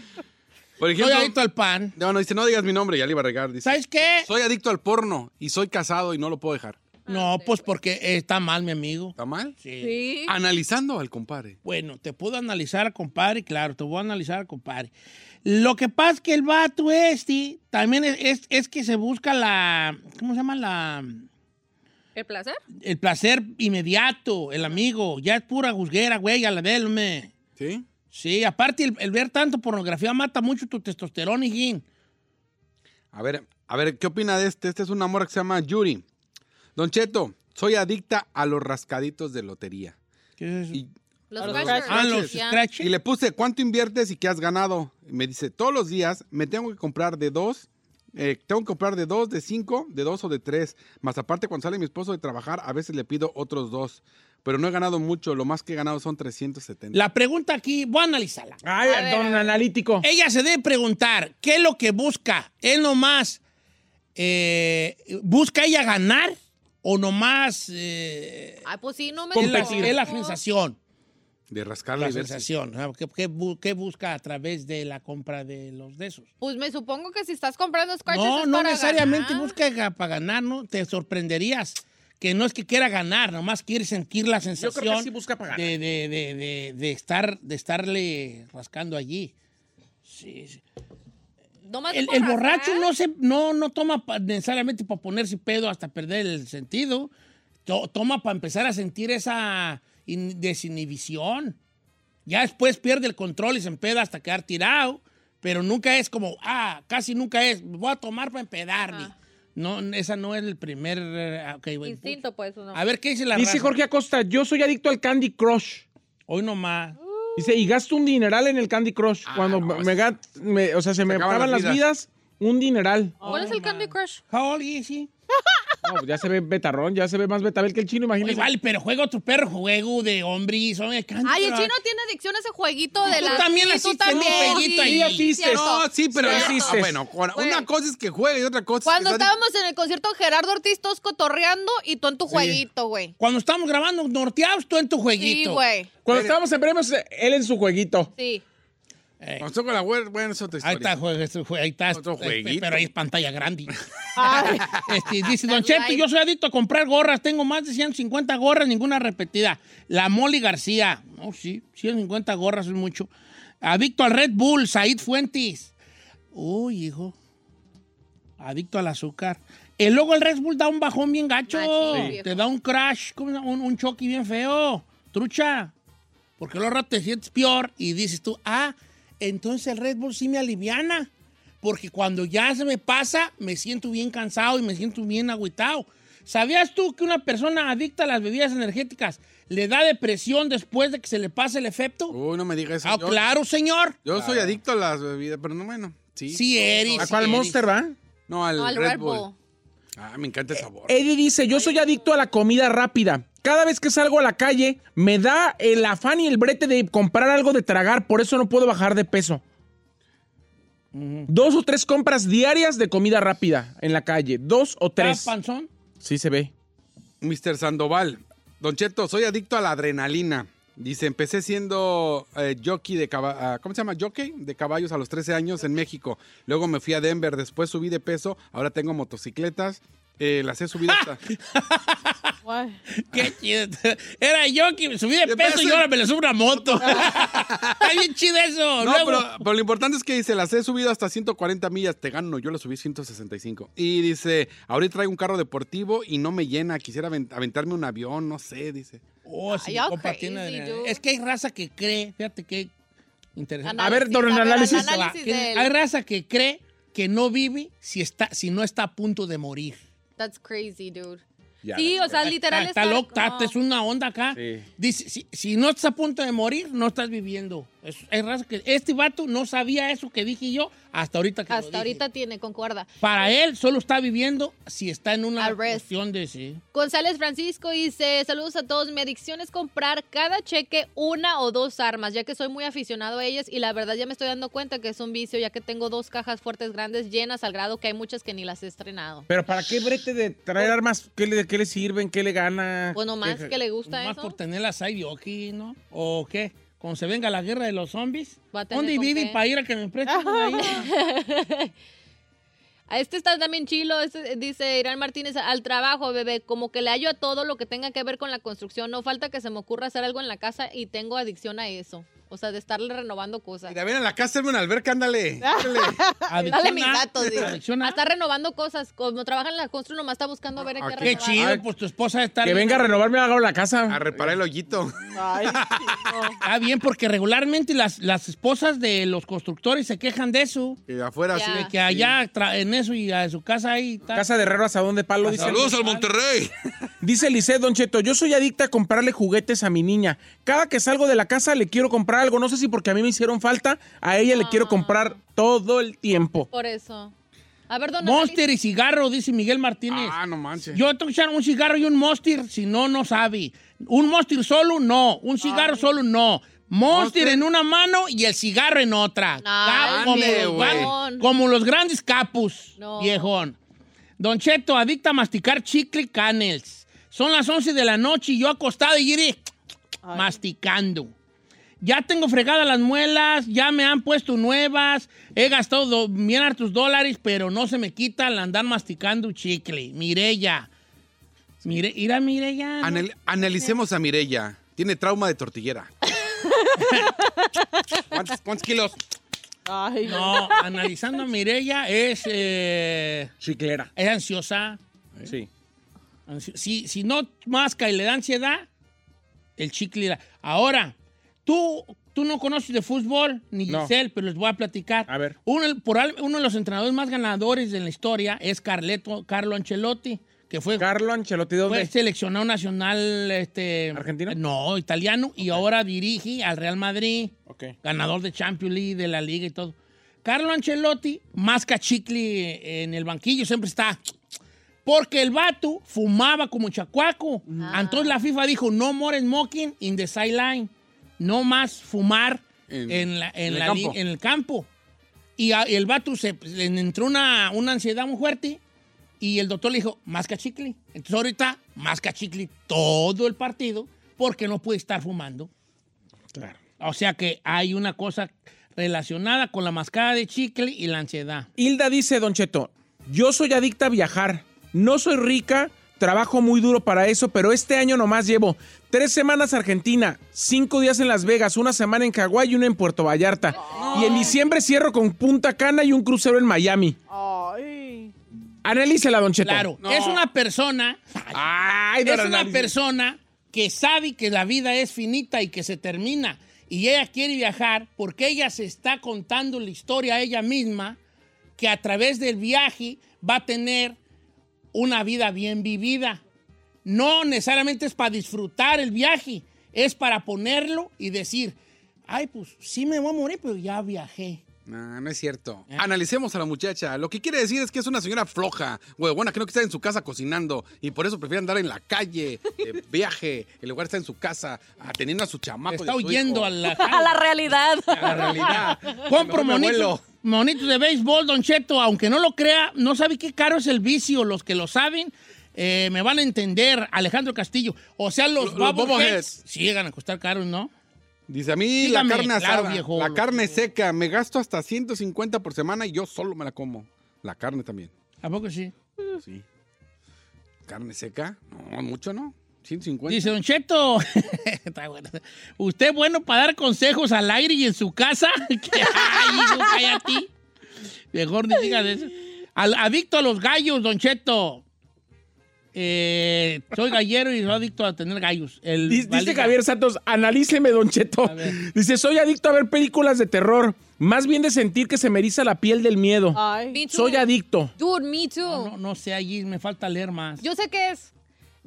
Speaker 3: Por
Speaker 2: Soy
Speaker 3: ejemplo.
Speaker 2: adicto al pan.
Speaker 3: No, no, dice, no digas mi nombre, ya le iba a regar. Dice,
Speaker 2: ¿Sabes qué?
Speaker 3: soy adicto al porno y soy casado y no lo puedo dejar.
Speaker 2: No, pues porque eh, está mal, mi amigo.
Speaker 3: ¿Está mal?
Speaker 2: Sí.
Speaker 4: Sí.
Speaker 3: Analizando al compadre.
Speaker 2: Bueno, te puedo analizar, compadre, claro, te voy a analizar, compadre. Lo que pasa es que el vato este también es, es- es que se busca la, ¿cómo se llama? La,
Speaker 4: ¿El placer?
Speaker 2: el placer inmediato, el amigo. Ya es pura juzguera, güey, a la del, hombre.
Speaker 3: ¿Sí?
Speaker 2: Sí, aparte el, el ver tanto pornografía mata mucho tu testosterona, hijín.
Speaker 3: A ver, a ver, ¿qué opina de este? Este es una morra que se llama Yuri. Don Cheto, soy adicta a los rascaditos de lotería.
Speaker 2: ¿Qué es eso?
Speaker 3: Y,
Speaker 4: Los
Speaker 3: Los
Speaker 4: scratchers.
Speaker 2: ah, los
Speaker 4: ya.
Speaker 2: scratches.
Speaker 3: y le puse, ¿cuánto inviertes y qué has ganado? Y me dice, todos los días me tengo que comprar de dos, eh, tengo que comprar de dos, de cinco, de dos o de tres. Más aparte, cuando sale mi esposo de trabajar, a veces le pido otros dos. Pero no he ganado mucho, lo más que he ganado son 370.
Speaker 2: La pregunta aquí, voy a analizarla.
Speaker 5: Ay,
Speaker 4: A ver,
Speaker 5: don
Speaker 4: a ver.
Speaker 5: analítico.
Speaker 2: Ella se debe preguntar qué es lo que busca. ¿Es nomás eh, busca ella ganar o nomás eh,
Speaker 4: Ay, pues sí, no me
Speaker 2: es, la,
Speaker 5: Competir.
Speaker 2: es la sensación?
Speaker 3: De rascarla
Speaker 2: La
Speaker 3: y ver si-
Speaker 2: sensación. ¿no? ¿Qué, qué bu- qué busca a través de la compra de los de esos?
Speaker 4: Pues me supongo que si estás comprando scratches.
Speaker 2: No,
Speaker 4: es
Speaker 2: no
Speaker 4: para
Speaker 2: necesariamente
Speaker 4: ganar.
Speaker 2: busca ga- para ganar, ¿no? Te sorprenderías que no es que quiera ganar, nomás quiere sentir la
Speaker 5: Yo
Speaker 2: sensación
Speaker 5: creo que sí busca pagar.
Speaker 2: de, de- de- de- de estar, de estarle rascando allí. Sí, sí.
Speaker 4: Nomás
Speaker 2: El,
Speaker 4: por
Speaker 2: el borracho
Speaker 4: rascar.
Speaker 2: no se no, no toma pa- necesariamente para ponerse pedo hasta perder el sentido. To- toma para empezar a sentir esa in- desinhibición. Ya después pierde el control y se empeda hasta quedar tirado. Pero nunca es como, ah, casi nunca es, voy a tomar para empedarme.
Speaker 4: Ah.
Speaker 2: No, esa no es el primer... eh, ok, buen
Speaker 4: Instinto, pues. No.
Speaker 2: punto. A ver, ¿qué dice la
Speaker 5: Dice
Speaker 2: raza?
Speaker 5: Jorge Acosta, yo soy adicto al Candy Crush.
Speaker 2: Hoy nomás.
Speaker 4: Uh.
Speaker 5: Dice, y gasto un dineral en el Candy Crush.
Speaker 3: Ah,
Speaker 5: Cuando
Speaker 3: no,
Speaker 5: me-
Speaker 3: es-
Speaker 5: me, ga- me- o sea, se me
Speaker 3: acaban
Speaker 5: acaban las
Speaker 3: las
Speaker 5: vidas, un dineral.
Speaker 4: ¿Cuál es el Candy Crush?
Speaker 2: How old is he?
Speaker 5: No, pues ya se ve betarrón, ya se ve más betabel que el chino,
Speaker 2: Oye,
Speaker 5: imagínese.
Speaker 2: vale, pero juega otro perro juego de hombre y son de canto.
Speaker 4: Ay, el chino tiene adicción a ese jueguito
Speaker 2: Y
Speaker 4: de
Speaker 2: tú
Speaker 4: la.
Speaker 2: también
Speaker 4: sí,
Speaker 2: así,
Speaker 4: tú también,
Speaker 2: tenía un
Speaker 4: sí,
Speaker 2: jueguito ahí.
Speaker 4: sí,
Speaker 5: Sí, asistes.
Speaker 4: cierto.
Speaker 3: No, sí, pero
Speaker 4: Sí,
Speaker 3: no-
Speaker 5: cierto.
Speaker 3: ah, bueno, cua-
Speaker 4: Güey.
Speaker 3: una cosa es que juegue y otra cosa
Speaker 4: Cuando
Speaker 3: es que
Speaker 4: estábamos en el concierto Gerardo Ortiz, todos cotorreando y tú en tu jueguito, güey.
Speaker 2: Cuando estamos grabando norteados, tú en tu
Speaker 4: Sí,
Speaker 2: jueguito.
Speaker 4: güey.
Speaker 5: Cuando estábamos en premios, él en su jueguito.
Speaker 4: Sí.
Speaker 2: Eh,
Speaker 3: Cuando estoy con la web, bueno, es otra
Speaker 2: ahí está,
Speaker 3: historia.
Speaker 2: juega, este jue- ahí está.
Speaker 3: Otro
Speaker 2: este,
Speaker 3: jueguito.
Speaker 2: Pero ahí es pantalla grande.
Speaker 6: Ay,
Speaker 2: Este, dice, Don
Speaker 4: Las
Speaker 2: Cheto,
Speaker 4: light.
Speaker 2: yo soy adicto a comprar gorras. Tengo más de 150 gorras, ninguna repetida. La Molly García. No, sí, 150 gorras es mucho. Adicto al Red Bull, Said Fuentes. Uy, hijo. Adicto al azúcar. Y luego el Red Bull da un bajón bien gacho.
Speaker 4: Machín, Sí. viejo.
Speaker 2: Te da un crash, ¿cómo se llama? un, un choque bien feo. Trucha. Porque luego al rato te sientes peor y dices tú, ah, entonces el Red Bull sí me aliviana. Porque cuando ya se me pasa, me siento bien cansado y me siento bien agüitado. ¿Sabías tú que una persona adicta a las bebidas energéticas le da depresión después de que se le pase el efecto?
Speaker 3: Uy, no me digas eso.
Speaker 2: Ah,
Speaker 3: yo
Speaker 2: claro, señor.
Speaker 3: yo soy adicto a las bebidas, pero no, bueno, sí.
Speaker 2: Sí, eres.
Speaker 5: ¿A
Speaker 2: sí
Speaker 5: cuál
Speaker 2: eres.
Speaker 5: Monster va?
Speaker 3: No, al,
Speaker 4: No, al
Speaker 3: Red Bull. Ah, me encanta el sabor.
Speaker 5: Eddie dice, yo soy adicto a la comida rápida. Cada vez que salgo a la calle, me da el afán y el brete de comprar algo de tragar, por eso no puedo bajar de peso. Dos o tres compras diarias de comida rápida en la calle. Dos o
Speaker 2: ¿Estás
Speaker 5: tres.
Speaker 2: panzón?
Speaker 5: Sí se ve.
Speaker 3: Mr. Sandoval. Don Cheto, soy adicto a la adrenalina. Dice, empecé siendo eh, jockey de caballos, ¿cómo se llama? Jockey de caballos a los 13 años en México. Luego me fui a Denver, después subí de peso, ahora tengo motocicletas. Eh, las he subido hasta...
Speaker 6: guay.
Speaker 2: Qué chido. Era yo que subí de
Speaker 3: De
Speaker 2: peso
Speaker 3: peso.
Speaker 2: y ahora me le subo una moto. Está bien chido eso.
Speaker 3: No,
Speaker 2: Luego-
Speaker 3: pero, pero lo importante es que dice, las he subido hasta 140 millas, te gano, yo las subí 165. Y dice, ahorita traigo un carro deportivo y no me llena, quisiera aven- aventarme un avión, no sé, dice.
Speaker 2: Oh, sí,
Speaker 4: Ay,
Speaker 2: mi
Speaker 4: ok,
Speaker 2: compa tiene
Speaker 4: sí,
Speaker 2: adrenalina.
Speaker 4: dude.
Speaker 2: Es que hay raza que cree, fíjate que interesante.
Speaker 4: Análisis,
Speaker 5: A ver, don
Speaker 4: a
Speaker 5: análisis.
Speaker 4: el
Speaker 2: Va, que
Speaker 4: del-
Speaker 2: Hay raza que cree que no vive si, está, si no está a punto de morir.
Speaker 4: That's crazy, dude.
Speaker 5: Ya.
Speaker 4: Sí, o sea, literal
Speaker 2: está,
Speaker 4: estar-
Speaker 2: loco, está-
Speaker 4: no.
Speaker 2: es una onda acá.
Speaker 5: Sí.
Speaker 2: Dice, si, si no estás a punto de morir, no estás viviendo. Es, es raza que este vato no sabía eso que dije yo hasta ahorita que lo
Speaker 4: Hasta
Speaker 2: dije.
Speaker 4: ahorita tiene, concuerda.
Speaker 2: Para él solo está viviendo si está en una
Speaker 4: At rest.
Speaker 2: cuestión de sí.
Speaker 4: González Francisco dice, saludos a todos, mi adicción es comprar cada cheque una o dos armas, ya que soy muy aficionado a ellas y la verdad ya me estoy dando cuenta que es un vicio, ya que tengo dos cajas fuertes grandes llenas al grado que hay muchas que ni las he estrenado.
Speaker 5: Pero ¿para qué brete de traer armas? ¿Qué le, de qué le sirven? ¿Qué le gana?
Speaker 4: Bueno, más que le Pues gusta
Speaker 2: Nomás
Speaker 4: eso.
Speaker 2: por tenerlas ahí yo aquí, ¿no? ¿O qué? Cuando se venga la guerra de los zombies.
Speaker 4: Va a tener
Speaker 2: ¿Dónde
Speaker 4: con
Speaker 2: vive
Speaker 4: qué.
Speaker 2: para ir a que me presten ahí?
Speaker 4: A este está también chilo, este dice Irán Martínez, al trabajo, bebé, como que le hallo a todo lo que tenga que ver con la construcción, no falta que se me ocurra hacer algo en la casa y tengo adicción a eso, o sea, de estarle renovando cosas.
Speaker 3: Mira, ven a la casa, hacerme una alberca, ándale. ándale.
Speaker 2: Adicción
Speaker 4: Dale mis
Speaker 2: a-
Speaker 4: datos, dice.
Speaker 2: adicción a-
Speaker 4: Está renovando cosas, como trabaja en la construcción, nomás está buscando ver a qué
Speaker 3: Ah,
Speaker 2: Qué
Speaker 4: renovar.
Speaker 2: chido, pues tu esposa está...
Speaker 5: Que venga a renovarme algo en la
Speaker 3: A
Speaker 5: casa.
Speaker 3: reparar el hoyito.
Speaker 6: Ay, sí,
Speaker 2: Ah, bien, porque regularmente las, las esposas de los constructores se quejan de eso.
Speaker 3: Y afuera,
Speaker 4: Ya.
Speaker 3: así.
Speaker 2: De que allá tra- en eso y a su casa ahí está.
Speaker 5: Casa de herrero asadón de palo, dice.
Speaker 3: Saludos al Monterrey.
Speaker 5: Dice Lisset Don Cheto, yo soy adicta a comprarle juguetes a mi niña. Cada que salgo de la casa le quiero comprar algo. No sé si porque a mí me hicieron falta, a ella le quiero comprar todo el tiempo.
Speaker 4: Por eso. A ver, don
Speaker 2: Monster y cigarro, dice Miguel Martínez.
Speaker 3: Ah, no manches.
Speaker 2: Yo tengo que echar un cigarro y un monster, si no, no sabe. Un monster solo, no. Un cigarro solo, no. Monster,
Speaker 3: Monster.
Speaker 2: en una mano y el cigarro en otra. Cap- como,
Speaker 3: ande,
Speaker 2: los
Speaker 3: güey.
Speaker 2: gran- como los grandes capus,
Speaker 4: No.
Speaker 2: viejón. Don Cheto, adicta a masticar chicle canels. Son las 11 de la noche y yo acostado y iré masticando. Ya tengo fregadas las muelas, ya me han puesto nuevas, he gastado do- bien hartos dólares, pero no se me quita el andar masticando chicle. Mireya. Mire, ir a Mireya.
Speaker 3: Anal- analicemos a Mirella. Tiene trauma de tortillera. ¿Cuántos, cuántos kilos?
Speaker 6: ay, no.
Speaker 2: No, analizando a Mireya es, eh,
Speaker 5: Chiclera.
Speaker 2: es ansiosa.
Speaker 5: Sí.
Speaker 2: Ansio- Si, si no masca y le da ansiedad, el chicle irá. Ahora, tú, tú no conoces de fútbol, ni
Speaker 5: No.
Speaker 2: Giselle, pero les voy a platicar.
Speaker 5: A ver.
Speaker 2: Uno, por al- uno de los entrenadores más ganadores de la historia es Carleto, Carlo Ancelotti, que fue,
Speaker 5: Carlo Ancelotti,
Speaker 2: fue
Speaker 5: ¿dónde?
Speaker 2: seleccionado nacional este,
Speaker 5: ¿Argentino?
Speaker 2: No, italiano, y ahora dirige al Real Madrid
Speaker 5: Ok.
Speaker 2: ganador de Champions League, de la Liga y todo. Carlo Ancelotti, masca chicle en el banquillo, siempre está. Porque el vato fumaba como chacuaco. Entonces la FIFA dijo, no more smoking in the sideline. No más fumar en,
Speaker 3: En-
Speaker 2: la- en
Speaker 3: en el
Speaker 2: la li-
Speaker 3: campo.
Speaker 2: en el campo. Y a- el vato se le entró una, una ansiedad muy fuerte y el doctor le dijo, masca chicle. Entonces ahorita masca chicle todo el partido porque no puede estar fumando.
Speaker 5: Claro.
Speaker 2: O sea que hay una cosa relacionada con la mascada de chicle y la ansiedad.
Speaker 5: Hilda dice, Don Cheto, yo soy adicta a viajar. No soy rica, trabajo muy duro para eso, pero este año nomás llevo tres semanas a Argentina, cinco días en Las Vegas, una semana en Hawái y una en Puerto Vallarta. Y en diciembre cierro con Punta Cana y un crucero en Miami.
Speaker 6: Ay.
Speaker 5: Analícela, Don Cheto.
Speaker 2: Claro, es una persona,
Speaker 5: Ay,
Speaker 2: es
Speaker 5: don
Speaker 2: una
Speaker 5: análisis.
Speaker 2: persona que sabe que la vida es finita y que se termina. Y ella quiere viajar porque ella se está contando la historia a ella misma que a través del viaje va a tener una vida bien vivida. No necesariamente es para disfrutar el viaje, es para ponerlo y decir, ay, pues sí me voy a morir, pero ya viajé.
Speaker 3: No, no es cierto. Analicemos a la muchacha. Lo que quiere decir es que es una señora floja, huevona, que no que está en su casa cocinando y por eso prefiere andar en la calle, de viaje, en lugar de estar en su casa, atendiendo a su chamaco.
Speaker 2: Está
Speaker 3: y a su
Speaker 2: huyendo
Speaker 3: hijo.
Speaker 2: a la,
Speaker 4: A la realidad.
Speaker 3: la realidad.
Speaker 2: Compro
Speaker 3: Mejor me
Speaker 2: monitos,
Speaker 3: vuelo.
Speaker 2: monitos de béisbol, Don Cheto. Aunque no lo crea, no sabe qué caro es el vicio. Los que lo saben eh, me van a entender. Alejandro Castillo. O sea, los,
Speaker 3: Los- los
Speaker 2: bobbleheads
Speaker 3: bobbleheads.
Speaker 2: sí llegan a costar caros, ¿no?
Speaker 3: Dice, a mí
Speaker 2: Dígame,
Speaker 3: la carne
Speaker 2: claro,
Speaker 3: asada,
Speaker 2: viejo,
Speaker 3: la
Speaker 2: lo
Speaker 3: carne
Speaker 2: que-
Speaker 3: seca, me gasto hasta 150 por semana y yo solo me la como. La carne también.
Speaker 2: ¿A poco sí?
Speaker 3: Sí. ¿Carne seca? No, mucho no. 150.
Speaker 2: Dice Don Cheto. está bueno. ¿Usted es bueno para dar consejos al aire y en su casa? ¿Qué? Ay, hijo, cállate. Mejor ni digas eso. Al- adicto a los gallos, Don Cheto. Eh, soy gallero y soy adicto a tener gallos. El
Speaker 5: Dice
Speaker 2: Valiga.
Speaker 5: Javier Santos, analíceme, Don Cheto.
Speaker 2: A ver.
Speaker 5: Dice, soy adicto a ver películas de terror, más bien de sentir que se me eriza la piel del miedo.
Speaker 6: Ay.
Speaker 4: Me too.
Speaker 5: Soy adicto.
Speaker 4: Dude, me too.
Speaker 2: No, no sé, allí me falta leer más.
Speaker 4: Yo sé qué es.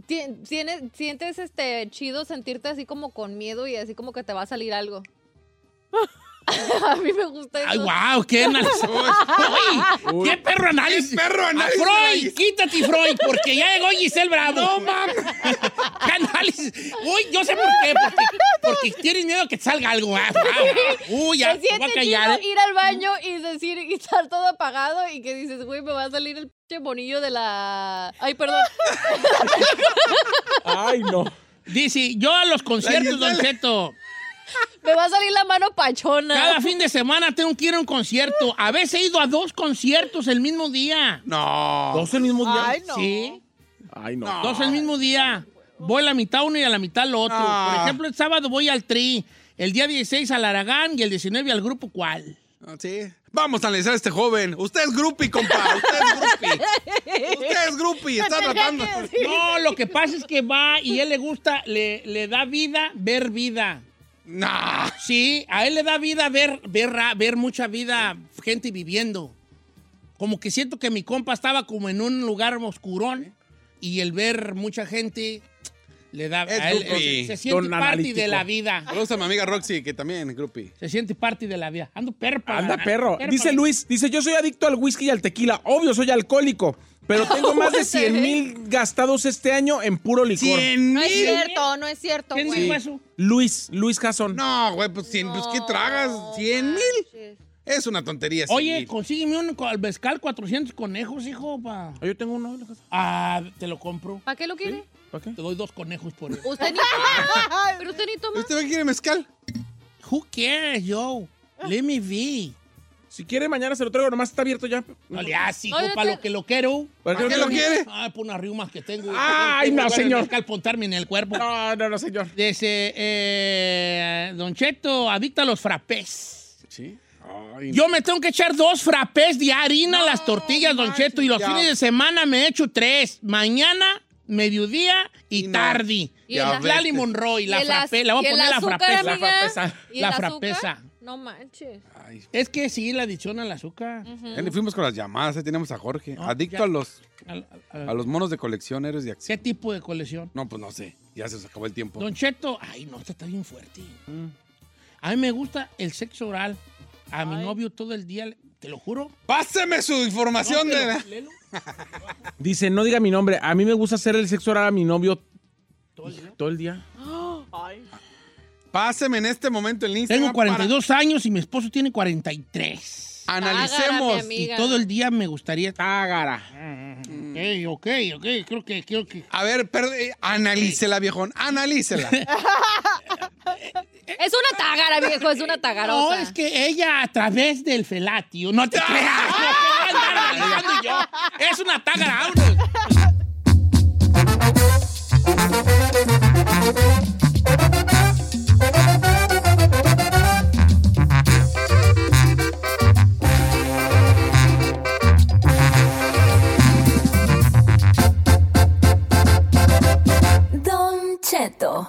Speaker 4: Ti- tiene- sientes este chido sentirte así como con miedo y así como que te va a salir algo. a mí me gusta eso.
Speaker 2: Ay, wow, qué análisis. Uy, qué perro análisis.
Speaker 3: ¡Qué perro análisis,
Speaker 2: A Freud,
Speaker 3: Reyes!
Speaker 2: quítate, Freud, porque ya llegó Giselle Bravo. No mames. qué análisis. Uy, yo sé por qué, porque, porque tienes miedo que te salga algo. Ah, wow. Uy, ya,
Speaker 4: Se
Speaker 2: te voy a
Speaker 4: siente
Speaker 2: callar. ¿eh?
Speaker 4: chido ir al baño y decir y estar todo apagado y que dices, güey, me va a salir el pinche bonillo de la. Ay, perdón.
Speaker 5: Ay, no.
Speaker 2: Dice, yo a los conciertos, Don Cheto.
Speaker 4: me va a salir la mano pachona.
Speaker 2: Cada fin de semana tengo que ir a un concierto. A veces he ido a dos conciertos el mismo día.
Speaker 3: No.
Speaker 5: ¿Dos el mismo día?
Speaker 6: Ay, no.
Speaker 2: Sí.
Speaker 5: Ay, no.
Speaker 2: Dos el mismo día. Voy la mitad uno y a la mitad lo otro.
Speaker 3: Ah.
Speaker 2: Por ejemplo, el sábado voy al Tri, el día 16 al Aragán y el 19 al Grupo Cual.
Speaker 3: Ah, Sí. Vamos a analizar a este joven. Usted es groupie, compa. Usted es groupie. Usted es groupie. Está tratando.
Speaker 2: No, lo que pasa es que va y él le gusta, le, le da vida ver vida.
Speaker 3: Nah.
Speaker 2: Sí, a él le da vida ver, ver, ra- ver mucha vida, gente viviendo. Como que siento que mi compa estaba como en un lugar oscurón y el ver mucha gente le da...
Speaker 3: Es
Speaker 2: a él-
Speaker 3: groupie.
Speaker 2: se, se siente
Speaker 5: Don
Speaker 2: parte de
Speaker 5: analítico.
Speaker 2: la vida.
Speaker 3: Saludos a mi amiga Roxy, que también es groupie.
Speaker 2: Se siente parte de la vida. Ando perpa.
Speaker 5: Anda, perro.
Speaker 2: Perpa,
Speaker 5: Dice Luis, dice, yo soy adicto al whisky y al tequila. Obvio, soy alcohólico, pero tengo más de 100 mil gastados este año en puro licor.
Speaker 4: No es cierto, no es cierto,
Speaker 2: ¿Quién
Speaker 4: güey.
Speaker 2: dijo eso?
Speaker 5: Luis, Luis Jason.
Speaker 3: No, güey, pues, cien, pues ¿qué tragas? ¿Cien mil?
Speaker 4: manches.
Speaker 3: Es una tontería. cien
Speaker 2: Oye,
Speaker 3: mil.
Speaker 2: consígueme un co- al mezcal 400 conejos, hijo. Pa.
Speaker 5: Ah, Yo tengo uno. ¿la cosa?
Speaker 2: Ah, te lo compro.
Speaker 4: ¿Para qué lo quiere?
Speaker 5: ¿Para qué?
Speaker 2: Te doy dos conejos por eso.
Speaker 4: Usted ni toma. Pero usted ni toma.
Speaker 3: ¿Usted ve que quiere mezcal?
Speaker 2: Who cares, yo? Let me be.
Speaker 5: Si quiere, mañana se lo traigo. Nomás está abierto ya.
Speaker 2: No le hagas, hijo,
Speaker 4: No, yo
Speaker 2: para
Speaker 4: te-
Speaker 2: lo que lo quiero.
Speaker 5: ¿Para
Speaker 3: ¿Para qué lo quiere?
Speaker 2: Ah, por unas riumas que tengo.
Speaker 5: Ay,
Speaker 2: Tengo
Speaker 5: no,
Speaker 2: lugar en
Speaker 5: señor.
Speaker 2: el que alpontarme en el cuerpo.
Speaker 5: No, no, no, señor.
Speaker 2: Dice, eh, Don Cheto, adicta a los frapés.
Speaker 3: Sí. Ay,
Speaker 2: Yo me tengo que echar dos frapés de harina a las tortillas, Don Cheto, y los
Speaker 3: ya.
Speaker 2: fines de semana me echo tres. Mañana, mediodía y,
Speaker 3: Y no.
Speaker 2: tarde.
Speaker 4: Y el-
Speaker 2: Lali Monroy, la
Speaker 4: Y el az-
Speaker 2: frappé, la voy
Speaker 4: y
Speaker 2: a
Speaker 4: el
Speaker 2: poner la
Speaker 4: azúcar,
Speaker 2: frapesa.
Speaker 4: amiga.
Speaker 2: La frapesa.
Speaker 4: ¿Y
Speaker 2: La
Speaker 4: el azúcar?
Speaker 2: frapesa.
Speaker 4: No manches.
Speaker 3: ay.
Speaker 2: Es que sí, le adiciona el azúcar.
Speaker 4: Mm.
Speaker 3: Ya ni fuimos con las llamadas, ahí tenemos a Jorge.
Speaker 2: No,
Speaker 3: Adicto
Speaker 2: ya. Eh.
Speaker 3: a los
Speaker 2: Al- al-
Speaker 3: a los monos de colección, héroes de acción.
Speaker 2: ¿Qué tipo de colección?
Speaker 3: No, pues no sé. Ya se nos acabó el tiempo.
Speaker 2: Don Cheto, ay, no, esta está bien fuerte. A mí me gusta el sexo oral. A mi novio todo el día, le- te lo juro.
Speaker 3: Páseme su información
Speaker 2: No, te
Speaker 3: de.
Speaker 2: lo- léelo.
Speaker 5: Dice, no diga mi nombre. A mí me gusta hacer el sexo oral a mi novio
Speaker 2: Todo el día.
Speaker 5: todo el día.
Speaker 6: Ay.
Speaker 3: Páseme en este momento el Instagram.
Speaker 2: Tengo 42 años y mi esposo tiene 43.
Speaker 3: para- Analicemos.
Speaker 4: Tágara, mi
Speaker 2: Y
Speaker 4: Amiga.
Speaker 2: todo el día me gustaría.
Speaker 5: Tágara.
Speaker 2: Ok, ok, ok. Creo que, creo que.
Speaker 3: A ver, perde- eh, analícela, viejón. Analícela.
Speaker 4: Es una tagara, viejo, es una tagarosa.
Speaker 2: ¿Eh? No, es que ella a través del felatio. No te creas. No te voy a andar analizando yo. Es una tágara, vámonos.
Speaker 7: Don Cheto.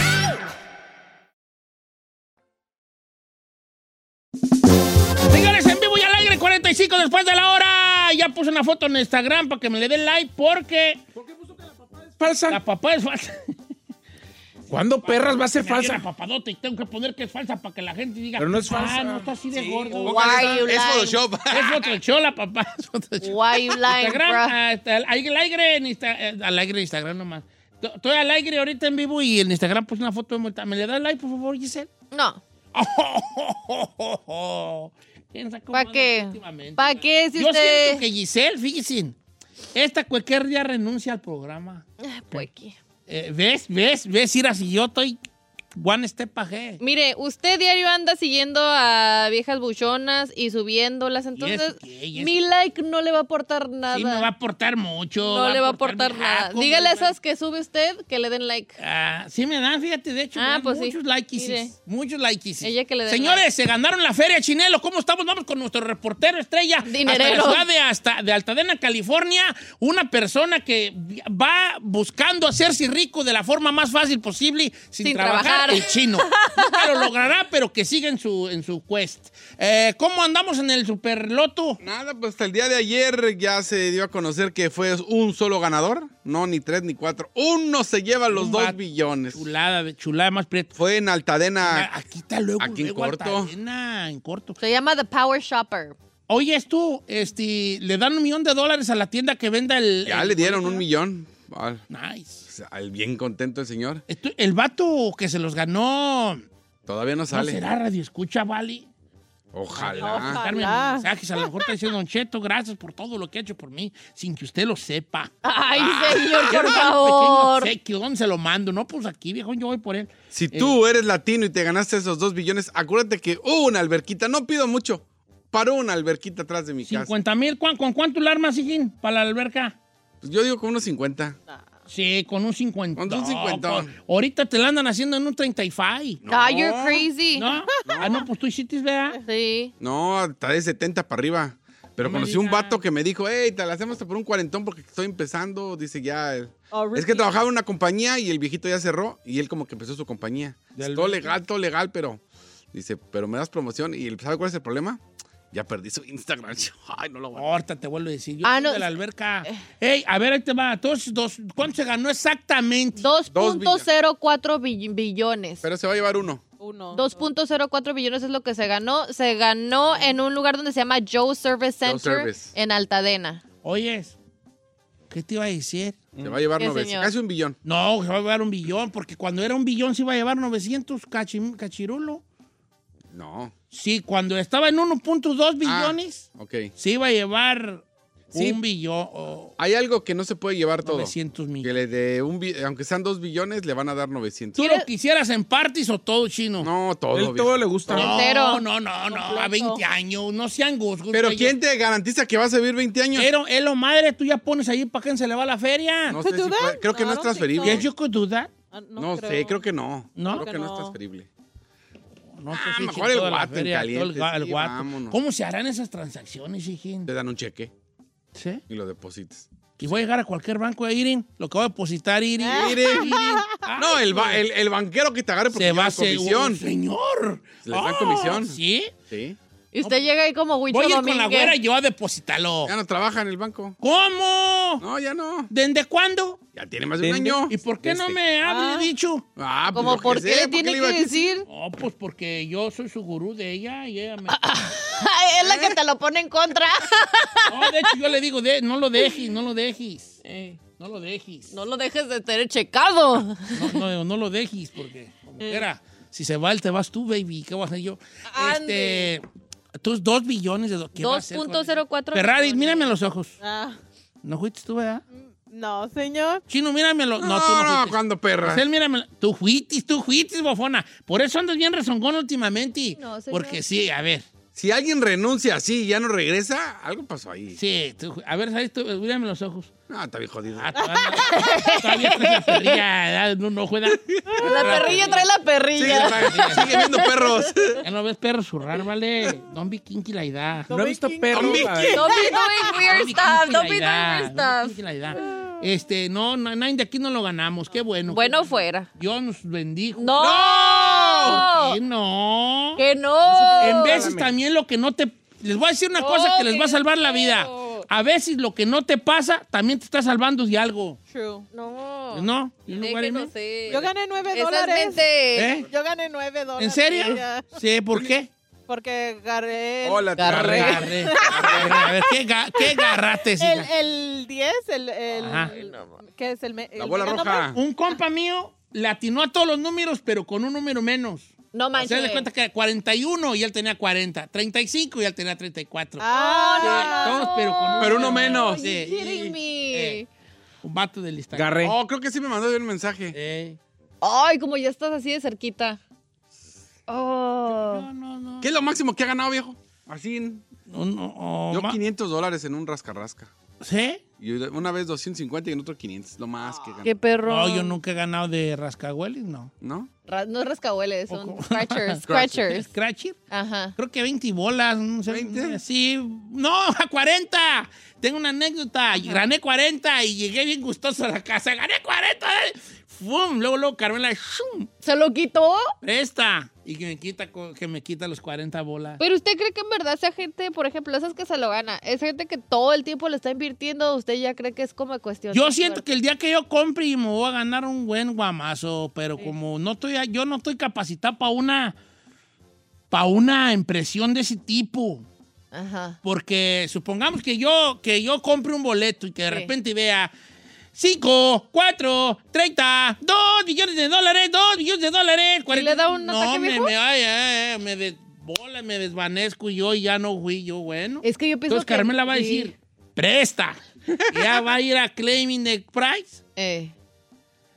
Speaker 2: Señores, en vivo y al aire, 45 después de la hora. Ya puse una foto en Instagram para que me le den like porque
Speaker 5: Falsa.
Speaker 2: la papá es falsa.
Speaker 5: ¿Cuándo perras va a ser
Speaker 2: Me abrió la
Speaker 5: falsa?
Speaker 2: papadota y tengo que poner que es falsa para que la gente diga.
Speaker 5: Pero no es
Speaker 2: Ah,
Speaker 5: falsa".
Speaker 2: no está así de gordo.
Speaker 4: Why you
Speaker 3: Es
Speaker 4: lying?
Speaker 3: Photoshop.
Speaker 2: Es Photoshola, papá. Es Photoshola.
Speaker 4: Why you lying,
Speaker 2: Instagram,
Speaker 4: bro?
Speaker 2: ah, está al al aire en Insta- eh, al aire en Instagram nomás. To- Estoy al aire ahorita en vivo y en Instagram puse una foto de muerta. ¿Me le das like, por favor, Giselle?
Speaker 4: No.
Speaker 2: ¿Quién sabe cómo
Speaker 4: ¿Pa'
Speaker 2: anda
Speaker 4: qué?
Speaker 2: últimamente,
Speaker 4: ¿Pa'
Speaker 2: verdad?
Speaker 4: qué? Si
Speaker 2: Yo
Speaker 4: usted-
Speaker 2: siento que Giselle, fíjense, esta cualquier día renuncia al programa.
Speaker 4: Puequi.
Speaker 2: Eh, ¿Ves? ¿Ves? ¿Ves? Ira, si yo estoy one step ahead.
Speaker 4: Mire, usted diario anda siguiendo a viejas buchonas y subiéndolas, entonces
Speaker 2: qué? ¿Y eso
Speaker 4: mi like no le va a aportar nada.
Speaker 2: Sí, me va a aportar mucho.
Speaker 4: no le va a aportar
Speaker 2: mi
Speaker 4: nada.
Speaker 2: jaco,
Speaker 4: Dígale a
Speaker 2: me va-
Speaker 4: esas que sube usted que le den like.
Speaker 2: Ah, sí me dan, fíjate, de hecho,
Speaker 4: Ah,
Speaker 2: me dan
Speaker 4: pues sí.
Speaker 2: muchos likes.
Speaker 4: Mire.
Speaker 2: Muchos likes.
Speaker 4: Ella que le dé
Speaker 2: Señores,
Speaker 4: like.
Speaker 2: se ganaron la feria, Chinelo. ¿Cómo estamos? Vamos con nuestro reportero estrella.
Speaker 4: Dinerero.
Speaker 2: Hasta la ciudad de, hasta, de Altadena, California. Una persona que va buscando hacerse rico de la forma más fácil posible sin,
Speaker 4: Sin
Speaker 2: trabajar,
Speaker 4: trabajar.
Speaker 2: el chino. Nunca lo logrará, pero que siga en su, en su quest. Eh, ¿Cómo andamos en el superloto?
Speaker 3: Nada, pues hasta el día de ayer ya se dio a conocer que fue un solo ganador. No, ni tres ni cuatro. Uno se lleva los
Speaker 2: Un vato.
Speaker 3: dos billones.
Speaker 2: Chulada, de- chulada más prieta.
Speaker 3: Fue en Altadena.
Speaker 2: Aquí está luego,
Speaker 3: Ah, aquí en
Speaker 2: luego
Speaker 3: corto.
Speaker 2: Altadena, en corto.
Speaker 4: Se llama The Power Shopper.
Speaker 2: Oye, tú, este, le dan un millón de dólares a la tienda que venda el.
Speaker 3: Ya
Speaker 2: el-
Speaker 3: le dieron un millón. Al,
Speaker 2: Nice.
Speaker 3: al bien contento el señor.
Speaker 2: Esto- el vato que se los ganó.
Speaker 3: Todavía no
Speaker 2: ¿No
Speaker 3: sale.
Speaker 2: será radio escucha, Vale?
Speaker 3: Ojalá.
Speaker 6: Ojalá.
Speaker 2: Darme mensajes. A lo mejor está diciendo, Don Cheto, gracias por todo lo que ha hecho por mí, sin que usted lo sepa.
Speaker 4: Ay, señor, por
Speaker 2: Quiero dar Ah, un
Speaker 4: favor.
Speaker 2: Pequeño obsequio. ¿Dónde se lo mando? No, pues aquí, viejo, yo voy por él.
Speaker 3: Si tú eres latino y te ganaste esos dos billones, acuérdate que una alberquita, no pido mucho, paró una alberquita atrás de mi casa.
Speaker 2: 50 mil, ¿cuán- ¿con cuánto la arma siguen para la alberca?
Speaker 3: Pues yo digo con unos 50.
Speaker 2: Sí, con un 50.
Speaker 3: Con un cincuentón.
Speaker 2: Ahorita te la andan haciendo en un 35.
Speaker 4: Ah, you're crazy.
Speaker 2: ¿No? Ah, no, pues tú hiciste, ¿verdad?
Speaker 4: Sí.
Speaker 3: No, hasta de 70 para arriba. Pero
Speaker 2: No me
Speaker 3: conocí un
Speaker 2: digas.
Speaker 3: vato que me dijo, hey, te la hacemos por un cuarentón porque estoy empezando. Dice ya. el-
Speaker 6: Oh,
Speaker 3: Es
Speaker 6: Ricky.
Speaker 3: que trabajaba en una compañía y el viejito ya cerró y él como que empezó su compañía. Dice, todo legal, todo legal, pero. Dice, pero me das promoción. ¿Y sabe cuál es el problema? Ya perdí su Instagram. Ay, no lo voy a-
Speaker 2: Ahorita te vuelvo a decir. Yo
Speaker 4: Ah,
Speaker 2: soy
Speaker 4: no.
Speaker 2: de la alberca. Ey, a ver, ahí te va. Dos, dos, ¿Cuánto se ganó exactamente?
Speaker 4: 2.04 bi- billones.
Speaker 3: Pero se va a llevar uno.
Speaker 6: Uno.
Speaker 4: 2.04 billones es lo que se ganó. Se ganó en un lugar donde se llama Joe Service
Speaker 3: Joe
Speaker 4: Center
Speaker 3: Service.
Speaker 4: en Altadena.
Speaker 2: Oyes, ¿qué te iba a decir?
Speaker 3: Se va a llevar
Speaker 4: Sí,
Speaker 3: nueve.
Speaker 4: señor.
Speaker 3: Casi un billón.
Speaker 2: No, se va a llevar un billón, porque cuando era un billón se iba a llevar 900 cachi- cachirulo.
Speaker 3: No.
Speaker 2: Sí, cuando estaba en 1.2
Speaker 3: Ah.
Speaker 2: billones,
Speaker 3: Ok.
Speaker 2: se iba a llevar
Speaker 3: Sí.
Speaker 2: un billón o
Speaker 3: Hay algo que no se puede llevar todo.
Speaker 2: 900
Speaker 3: Que
Speaker 2: mil.
Speaker 3: le dé un bi- aunque sean dos billones, le van a dar 900.
Speaker 2: ¿Tú lo quisieras en partes o todo chino?
Speaker 3: No, todo.
Speaker 5: Él
Speaker 3: viejo.
Speaker 5: todo le gusta.
Speaker 2: No,
Speaker 4: Entero.
Speaker 2: no, no, no, a
Speaker 6: Completo.
Speaker 2: 20 años, no sean gusgos.
Speaker 3: Pero
Speaker 2: güey.
Speaker 3: ¿quién te garantiza que vas a vivir 20 años?
Speaker 2: Pero, es lo madre, tú ya pones ahí para quién se le va la feria.
Speaker 3: No sé si
Speaker 6: ¿Tú
Speaker 3: puede-
Speaker 6: das?
Speaker 3: creo que no,
Speaker 6: No,
Speaker 3: es
Speaker 6: no
Speaker 3: transferible.
Speaker 2: Yes, you could do that.
Speaker 6: Ah,
Speaker 3: no sé, creo que no.
Speaker 2: ¿No?
Speaker 3: Creo que no es
Speaker 6: No.
Speaker 3: transferible.
Speaker 2: No,
Speaker 3: Ah,
Speaker 2: sí,
Speaker 3: mejor
Speaker 2: sí,
Speaker 3: el
Speaker 2: toda la
Speaker 3: guato en
Speaker 2: feria, todo
Speaker 3: caliente,
Speaker 2: El, gua- el
Speaker 3: sí,
Speaker 2: guato.
Speaker 3: vámonos.
Speaker 2: ¿Cómo se harán esas transacciones, hijín?
Speaker 3: Te dan un cheque
Speaker 2: ¿Sí?
Speaker 3: y lo depositas.
Speaker 2: Y voy a llegar a cualquier banco de Irin. Lo que voy a depositar, Irin.
Speaker 3: Mire. Ah. No, el, ba- el, el banquero que te agarre porque le
Speaker 2: Se va a
Speaker 3: dan
Speaker 2: hacer
Speaker 3: comisión.
Speaker 2: un señor.
Speaker 3: Le dan
Speaker 2: Ah,
Speaker 3: comisión.
Speaker 2: ¿Sí?
Speaker 3: Sí.
Speaker 4: Y usted llega ahí como Huicho
Speaker 2: Voy a ir con la
Speaker 4: Domínguez.
Speaker 2: güera y yo a depositarlo.
Speaker 3: Ya no trabaja en el banco.
Speaker 2: ¿Cómo?
Speaker 3: No, ya no.
Speaker 2: ¿Desde cuándo?
Speaker 3: Ya tiene más de un
Speaker 5: Dende-
Speaker 3: año.
Speaker 2: ¿Y por qué
Speaker 3: Este.
Speaker 2: no me ha
Speaker 6: Ah.
Speaker 2: dicho?
Speaker 3: Ah, pues
Speaker 4: Como,
Speaker 3: yo
Speaker 4: ¿por
Speaker 3: sé,
Speaker 4: qué le
Speaker 3: ¿por
Speaker 4: tiene
Speaker 3: iba
Speaker 4: que
Speaker 3: a
Speaker 4: decir?
Speaker 2: No, pues porque yo soy su gurú de ella y ella me...
Speaker 4: Ay, es la que te lo pone en contra.
Speaker 2: No, de hecho yo le digo, de- no lo dejes, no lo dejes. no lo dejes.
Speaker 4: Eh. No lo dejes de tener checado.
Speaker 2: No, no, no lo dejes, porque como
Speaker 4: Eh.
Speaker 2: quiera, si se va él, te vas tú, baby. ¿Qué voy a hacer yo?
Speaker 4: Ande.
Speaker 2: Este, tus dos billones de dólares.
Speaker 4: 2.04
Speaker 2: Ferrari,
Speaker 4: billones.
Speaker 2: mírame a los ojos.
Speaker 6: Ah,
Speaker 2: ¿No fuiste tú, verdad?
Speaker 6: no, señor.
Speaker 2: Chino, mírame a los...
Speaker 3: No,
Speaker 2: No,
Speaker 3: no,
Speaker 2: tú no fuiste. Pues
Speaker 3: cuando perra.
Speaker 2: Marcel, mírame. Tú fuitis, tú fuitis, bofona. Por eso andas bien rezongón últimamente.
Speaker 4: No, señor.
Speaker 2: porque sí, a ver.
Speaker 3: Si alguien renuncia así y ya no regresa, algo pasó ahí.
Speaker 2: Sí, tú- a ver, ¿sabes? tú? mírame los ojos.
Speaker 3: No, está bien jodido.
Speaker 2: Ah, todavía- todavía traes la perrilla ¿verdad? en un ojo, ¿verdad?
Speaker 4: La perrilla trae la
Speaker 3: Sigue,
Speaker 4: perrilla.
Speaker 3: tra- sigue viendo perros.
Speaker 2: Ya no ves perros zurrar, ¿vale? Don Vikinky la edad.
Speaker 5: No he visto
Speaker 6: Domingo.
Speaker 5: perros.
Speaker 3: Domingo.
Speaker 5: la-
Speaker 4: Don't be doing weird
Speaker 2: Vikinky
Speaker 4: stuff.
Speaker 2: la
Speaker 4: Don't be doing
Speaker 2: edad,
Speaker 4: weird
Speaker 2: Don
Speaker 4: stuff.
Speaker 2: Vikinky la edad. Este, no, no, nadie de aquí no lo ganamos. Qué bueno.
Speaker 4: Ah. Bueno fuera.
Speaker 2: Dios nos bendijo.
Speaker 4: ¡No!
Speaker 2: ¿Por qué no?
Speaker 4: ¡Que no!
Speaker 2: En veces también lo que no te... Les voy a decir una cosa que les va a salvar la vida. a veces lo que no te pasa también te está salvando de algo.
Speaker 6: True.
Speaker 4: No.
Speaker 2: ¿No? You know what I mean?
Speaker 4: Déjenos ser.
Speaker 6: Yo gané nueve
Speaker 4: Esa es
Speaker 6: dólares.
Speaker 4: mente.
Speaker 2: ¿Eh?
Speaker 6: Yo gané nueve dólares.
Speaker 2: ¿En serio?
Speaker 6: ya,
Speaker 2: Sí, ¿por qué?
Speaker 6: Porque agarré el-
Speaker 3: Hola,
Speaker 4: Garre.
Speaker 3: Garre.
Speaker 2: Agarré, agarré. A ver, ¿qué, ga- qué agarraste, hija?
Speaker 6: el, el 10, el, el-
Speaker 2: Ajá.
Speaker 6: ¿qué es el?
Speaker 2: Eh,
Speaker 6: me-
Speaker 3: La
Speaker 6: el
Speaker 3: bola
Speaker 6: mega
Speaker 3: roja.
Speaker 6: número?
Speaker 2: Un compa mío le atinó a todos los números, pero con un número menos.
Speaker 4: No
Speaker 2: Se
Speaker 4: manches.
Speaker 2: da cuenta que era 41 y él tenía 40. 35 y él tenía 34.
Speaker 6: Ah,
Speaker 2: Todos, pero con
Speaker 3: Pero uno menos.
Speaker 2: Sí.
Speaker 4: Kidding me.
Speaker 2: Eh, un vato del Instagram.
Speaker 5: Garré.
Speaker 3: Oh, creo que sí me mandó bien un mensaje.
Speaker 2: Eh.
Speaker 4: Ay, como ya estás así de cerquita. Oh.
Speaker 2: No, no, no.
Speaker 3: ¿Qué es lo máximo que ha ganado, viejo? Así en...
Speaker 2: No, no, oh,
Speaker 3: Yo
Speaker 2: ma-
Speaker 3: 500 dólares en un rascarrasca.
Speaker 2: ¿Sí?
Speaker 3: Y una vez 250 y en otro 500. Lo más
Speaker 2: Ah,
Speaker 3: que gané.
Speaker 4: Qué perro.
Speaker 2: No, yo nunca he ganado de rascahuelis, no.
Speaker 3: ¿No?
Speaker 4: Ra- no es rascahueles, son
Speaker 2: Poco.
Speaker 4: scratchers. scratchers.
Speaker 2: Scratcher.
Speaker 4: Ajá.
Speaker 2: Creo que 20 bolas, no sé.
Speaker 3: 20.
Speaker 2: Sí, no, a 40. Tengo una anécdota. Gané 40 y llegué bien gustoso a la casa. Gané 40. eh. ¡Fum! Luego, luego, Carmela, ¡shum!
Speaker 4: ¿Se lo quitó?
Speaker 2: Presta. Y que me quita, co- que me quita los 40 bolas.
Speaker 4: Pero usted cree que en verdad esa gente, por ejemplo, esas que se lo gana, es gente que todo el tiempo le está invirtiendo, usted ya cree que es como cuestión.
Speaker 2: Yo
Speaker 4: de
Speaker 2: siento
Speaker 4: suerte?
Speaker 2: que el día que yo compre y me voy a ganar un buen guamazo, pero como no estoy, yo no estoy capacitado para una, para una impresión de ese tipo.
Speaker 4: Ajá.
Speaker 2: Porque supongamos que yo, que yo compre un boleto y que de
Speaker 4: Sí.
Speaker 2: repente vea 5, 4, 30, 2 millones de dólares, 2 millones de dólares.
Speaker 4: le da un
Speaker 2: no,
Speaker 4: ataque,
Speaker 2: me,
Speaker 4: viejo?
Speaker 2: me, ay, ay, ay, me desbola, me desvanezco y yo ya no fui, yo bueno.
Speaker 4: Es que yo pienso
Speaker 2: Entonces
Speaker 4: que.
Speaker 2: Pues Carmela va a
Speaker 4: Pues, sí.
Speaker 2: decir, presta. ya va a ir a claiming the price.
Speaker 4: Eh.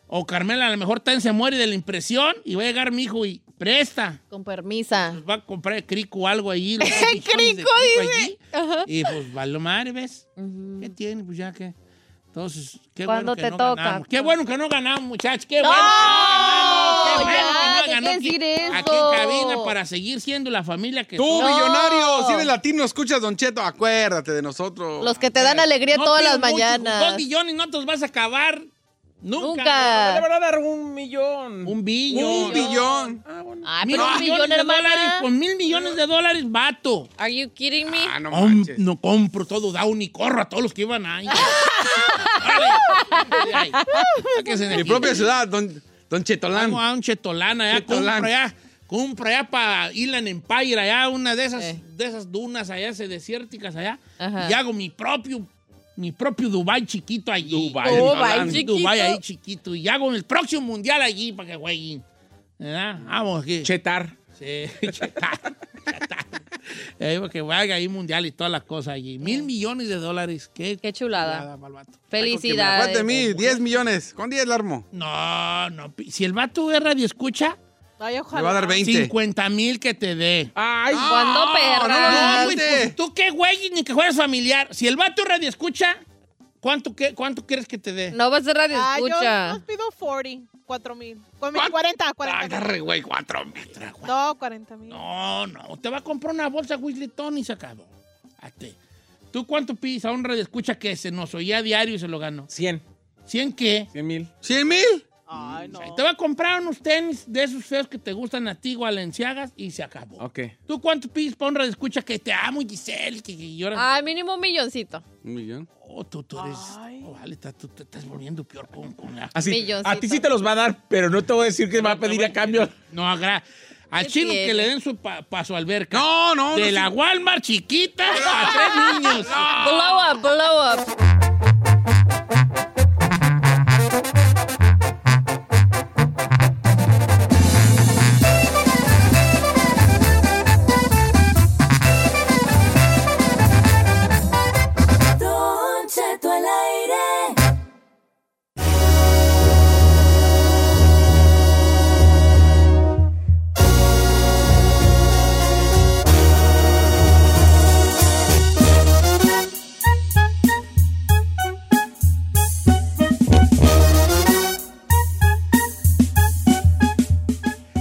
Speaker 2: O Carmela a lo mejor también se muere de la impresión y va a llegar mi hijo y presta.
Speaker 4: Con permisa.
Speaker 2: Pues va a comprar el crico o algo allí. los condiciones de
Speaker 4: Crico, dice.
Speaker 2: allí.
Speaker 4: Ajá.
Speaker 2: Y pues vale madre, ¿ves?
Speaker 4: Ujú.
Speaker 2: ¿Qué tiene? Pues ya que. Entonces, qué
Speaker 4: ¿Cuándo
Speaker 2: bueno que
Speaker 4: te
Speaker 2: no
Speaker 4: toca? pues.
Speaker 2: ganamos. Qué bueno que no ganamos, muchachos. Qué
Speaker 4: ¡No!
Speaker 2: bueno que no ganamos. Qué
Speaker 4: Ya,
Speaker 2: bueno que
Speaker 4: deja
Speaker 2: no
Speaker 4: de
Speaker 2: ganó aquí-
Speaker 4: decir eso.
Speaker 2: Aquí en cabina para seguir siendo la familia que
Speaker 3: Tú,
Speaker 2: somos.
Speaker 3: millonario, si eres latino, escuchas Don Cheto, acuérdate de nosotros.
Speaker 4: Los que te dan alegría
Speaker 2: No
Speaker 4: todas
Speaker 2: pidas
Speaker 4: las
Speaker 2: mucho, con
Speaker 4: mañanas.
Speaker 2: Dos millones no te los vas a acabar. Nunca.
Speaker 4: Nunca.
Speaker 5: Le van a dar un millón.
Speaker 2: Un billón.
Speaker 3: Un billón.
Speaker 4: Ay,
Speaker 2: Mil
Speaker 4: Ah, pero un
Speaker 2: millones
Speaker 4: millón,
Speaker 2: de dólares.
Speaker 4: hermana.
Speaker 2: Con mil millones de dólares, vato.
Speaker 4: Are you kidding me?
Speaker 3: Ah, no
Speaker 2: Com-
Speaker 3: manches.
Speaker 2: no compro todo down y corro a todos los que iban ahí. Órale. Ay, sáquense de
Speaker 3: Mi
Speaker 2: aquí.
Speaker 3: propia ciudad, Don, don Chetolán.
Speaker 2: Vamos a un chetolana, ya
Speaker 3: Chetolán.
Speaker 2: compro allá, compro allá para Island Empire, allá una de esas,
Speaker 4: Eh.
Speaker 2: de esas dunas allá, esas desérticas allá,
Speaker 4: Ajá.
Speaker 2: y hago mi propio, mi propio Dubai chiquito allí.
Speaker 3: Dubái,
Speaker 4: Dubái
Speaker 3: Chetolán.
Speaker 4: chiquito.
Speaker 2: Dubái ahí chiquito, y hago el próximo mundial allí para que jueguen. ¿Verdad? Vamos aquí.
Speaker 5: Chetar.
Speaker 2: Sí, chatar, chatar. Eh, porque vaya ahí mundial y todas las cosas allí. Mil millones de dólares. Qué,
Speaker 4: Qué chulada.
Speaker 2: pa'l vato.
Speaker 4: Felicidades.
Speaker 3: Aparte de mí, 10 millones. Con 10 la armo.
Speaker 2: No, no. pi- Si el vato es radio escucha,
Speaker 6: Ay, ojalá.
Speaker 3: Le va a dar 20.
Speaker 2: 50 mil que te dé.
Speaker 5: Ay,
Speaker 3: Ah,
Speaker 4: ¿Cuándo, perra?
Speaker 3: no,
Speaker 2: No,
Speaker 3: güey,
Speaker 2: güey,
Speaker 3: pues,
Speaker 2: pues, tú qué güey, ni que juegas familiar. Si el vato es radio escucha, ¿cuánto, qué, ¿cuánto quieres que te dé?
Speaker 4: No va a ser radio
Speaker 6: Ah,
Speaker 4: escucha.
Speaker 6: yo nos pido 40, 4 mil. Con mis 40,
Speaker 2: Ah,
Speaker 6: 40.
Speaker 3: Agarre, güey, cuatro. mil.
Speaker 2: Otra, güey.
Speaker 6: No, 40 mil.
Speaker 2: No, no. Te va a comprar una bolsa Winsleton y se acabó. A ti. ¿Tú cuánto pides a un radio escucha que se nos oía a diario y se lo ganó?
Speaker 5: 100.
Speaker 2: ¿100 qué?
Speaker 5: 100 mil.
Speaker 2: Pues,
Speaker 3: ¿Cien mil?
Speaker 6: Ay, no.
Speaker 2: Te va a comprar unos tenis de esos feos que te gustan a ti, Valenciagas, y se acabó.
Speaker 5: Ok.
Speaker 2: ¿Tú cuánto pides para un radio escucha que te amo, Giselle? Que, que lloras.
Speaker 4: Ah, mínimo un milloncito.
Speaker 3: Un millón.
Speaker 2: Oh, tú, tú eres. oh, vale, ta- tú te estás volviendo peor con, con la.
Speaker 5: Así.
Speaker 4: Milloncito.
Speaker 5: A ti sí te los va a dar, pero no te voy a decir que me va a pedir a cambio.
Speaker 2: No, agra. Al
Speaker 4: ¿Qué
Speaker 2: chino
Speaker 4: tiene?
Speaker 2: que le den su pa- pa' su alberca.
Speaker 3: No, no,
Speaker 2: De
Speaker 3: no.
Speaker 2: la Walmart chiquita a tres niños. Ah.
Speaker 4: Blow up, blow up.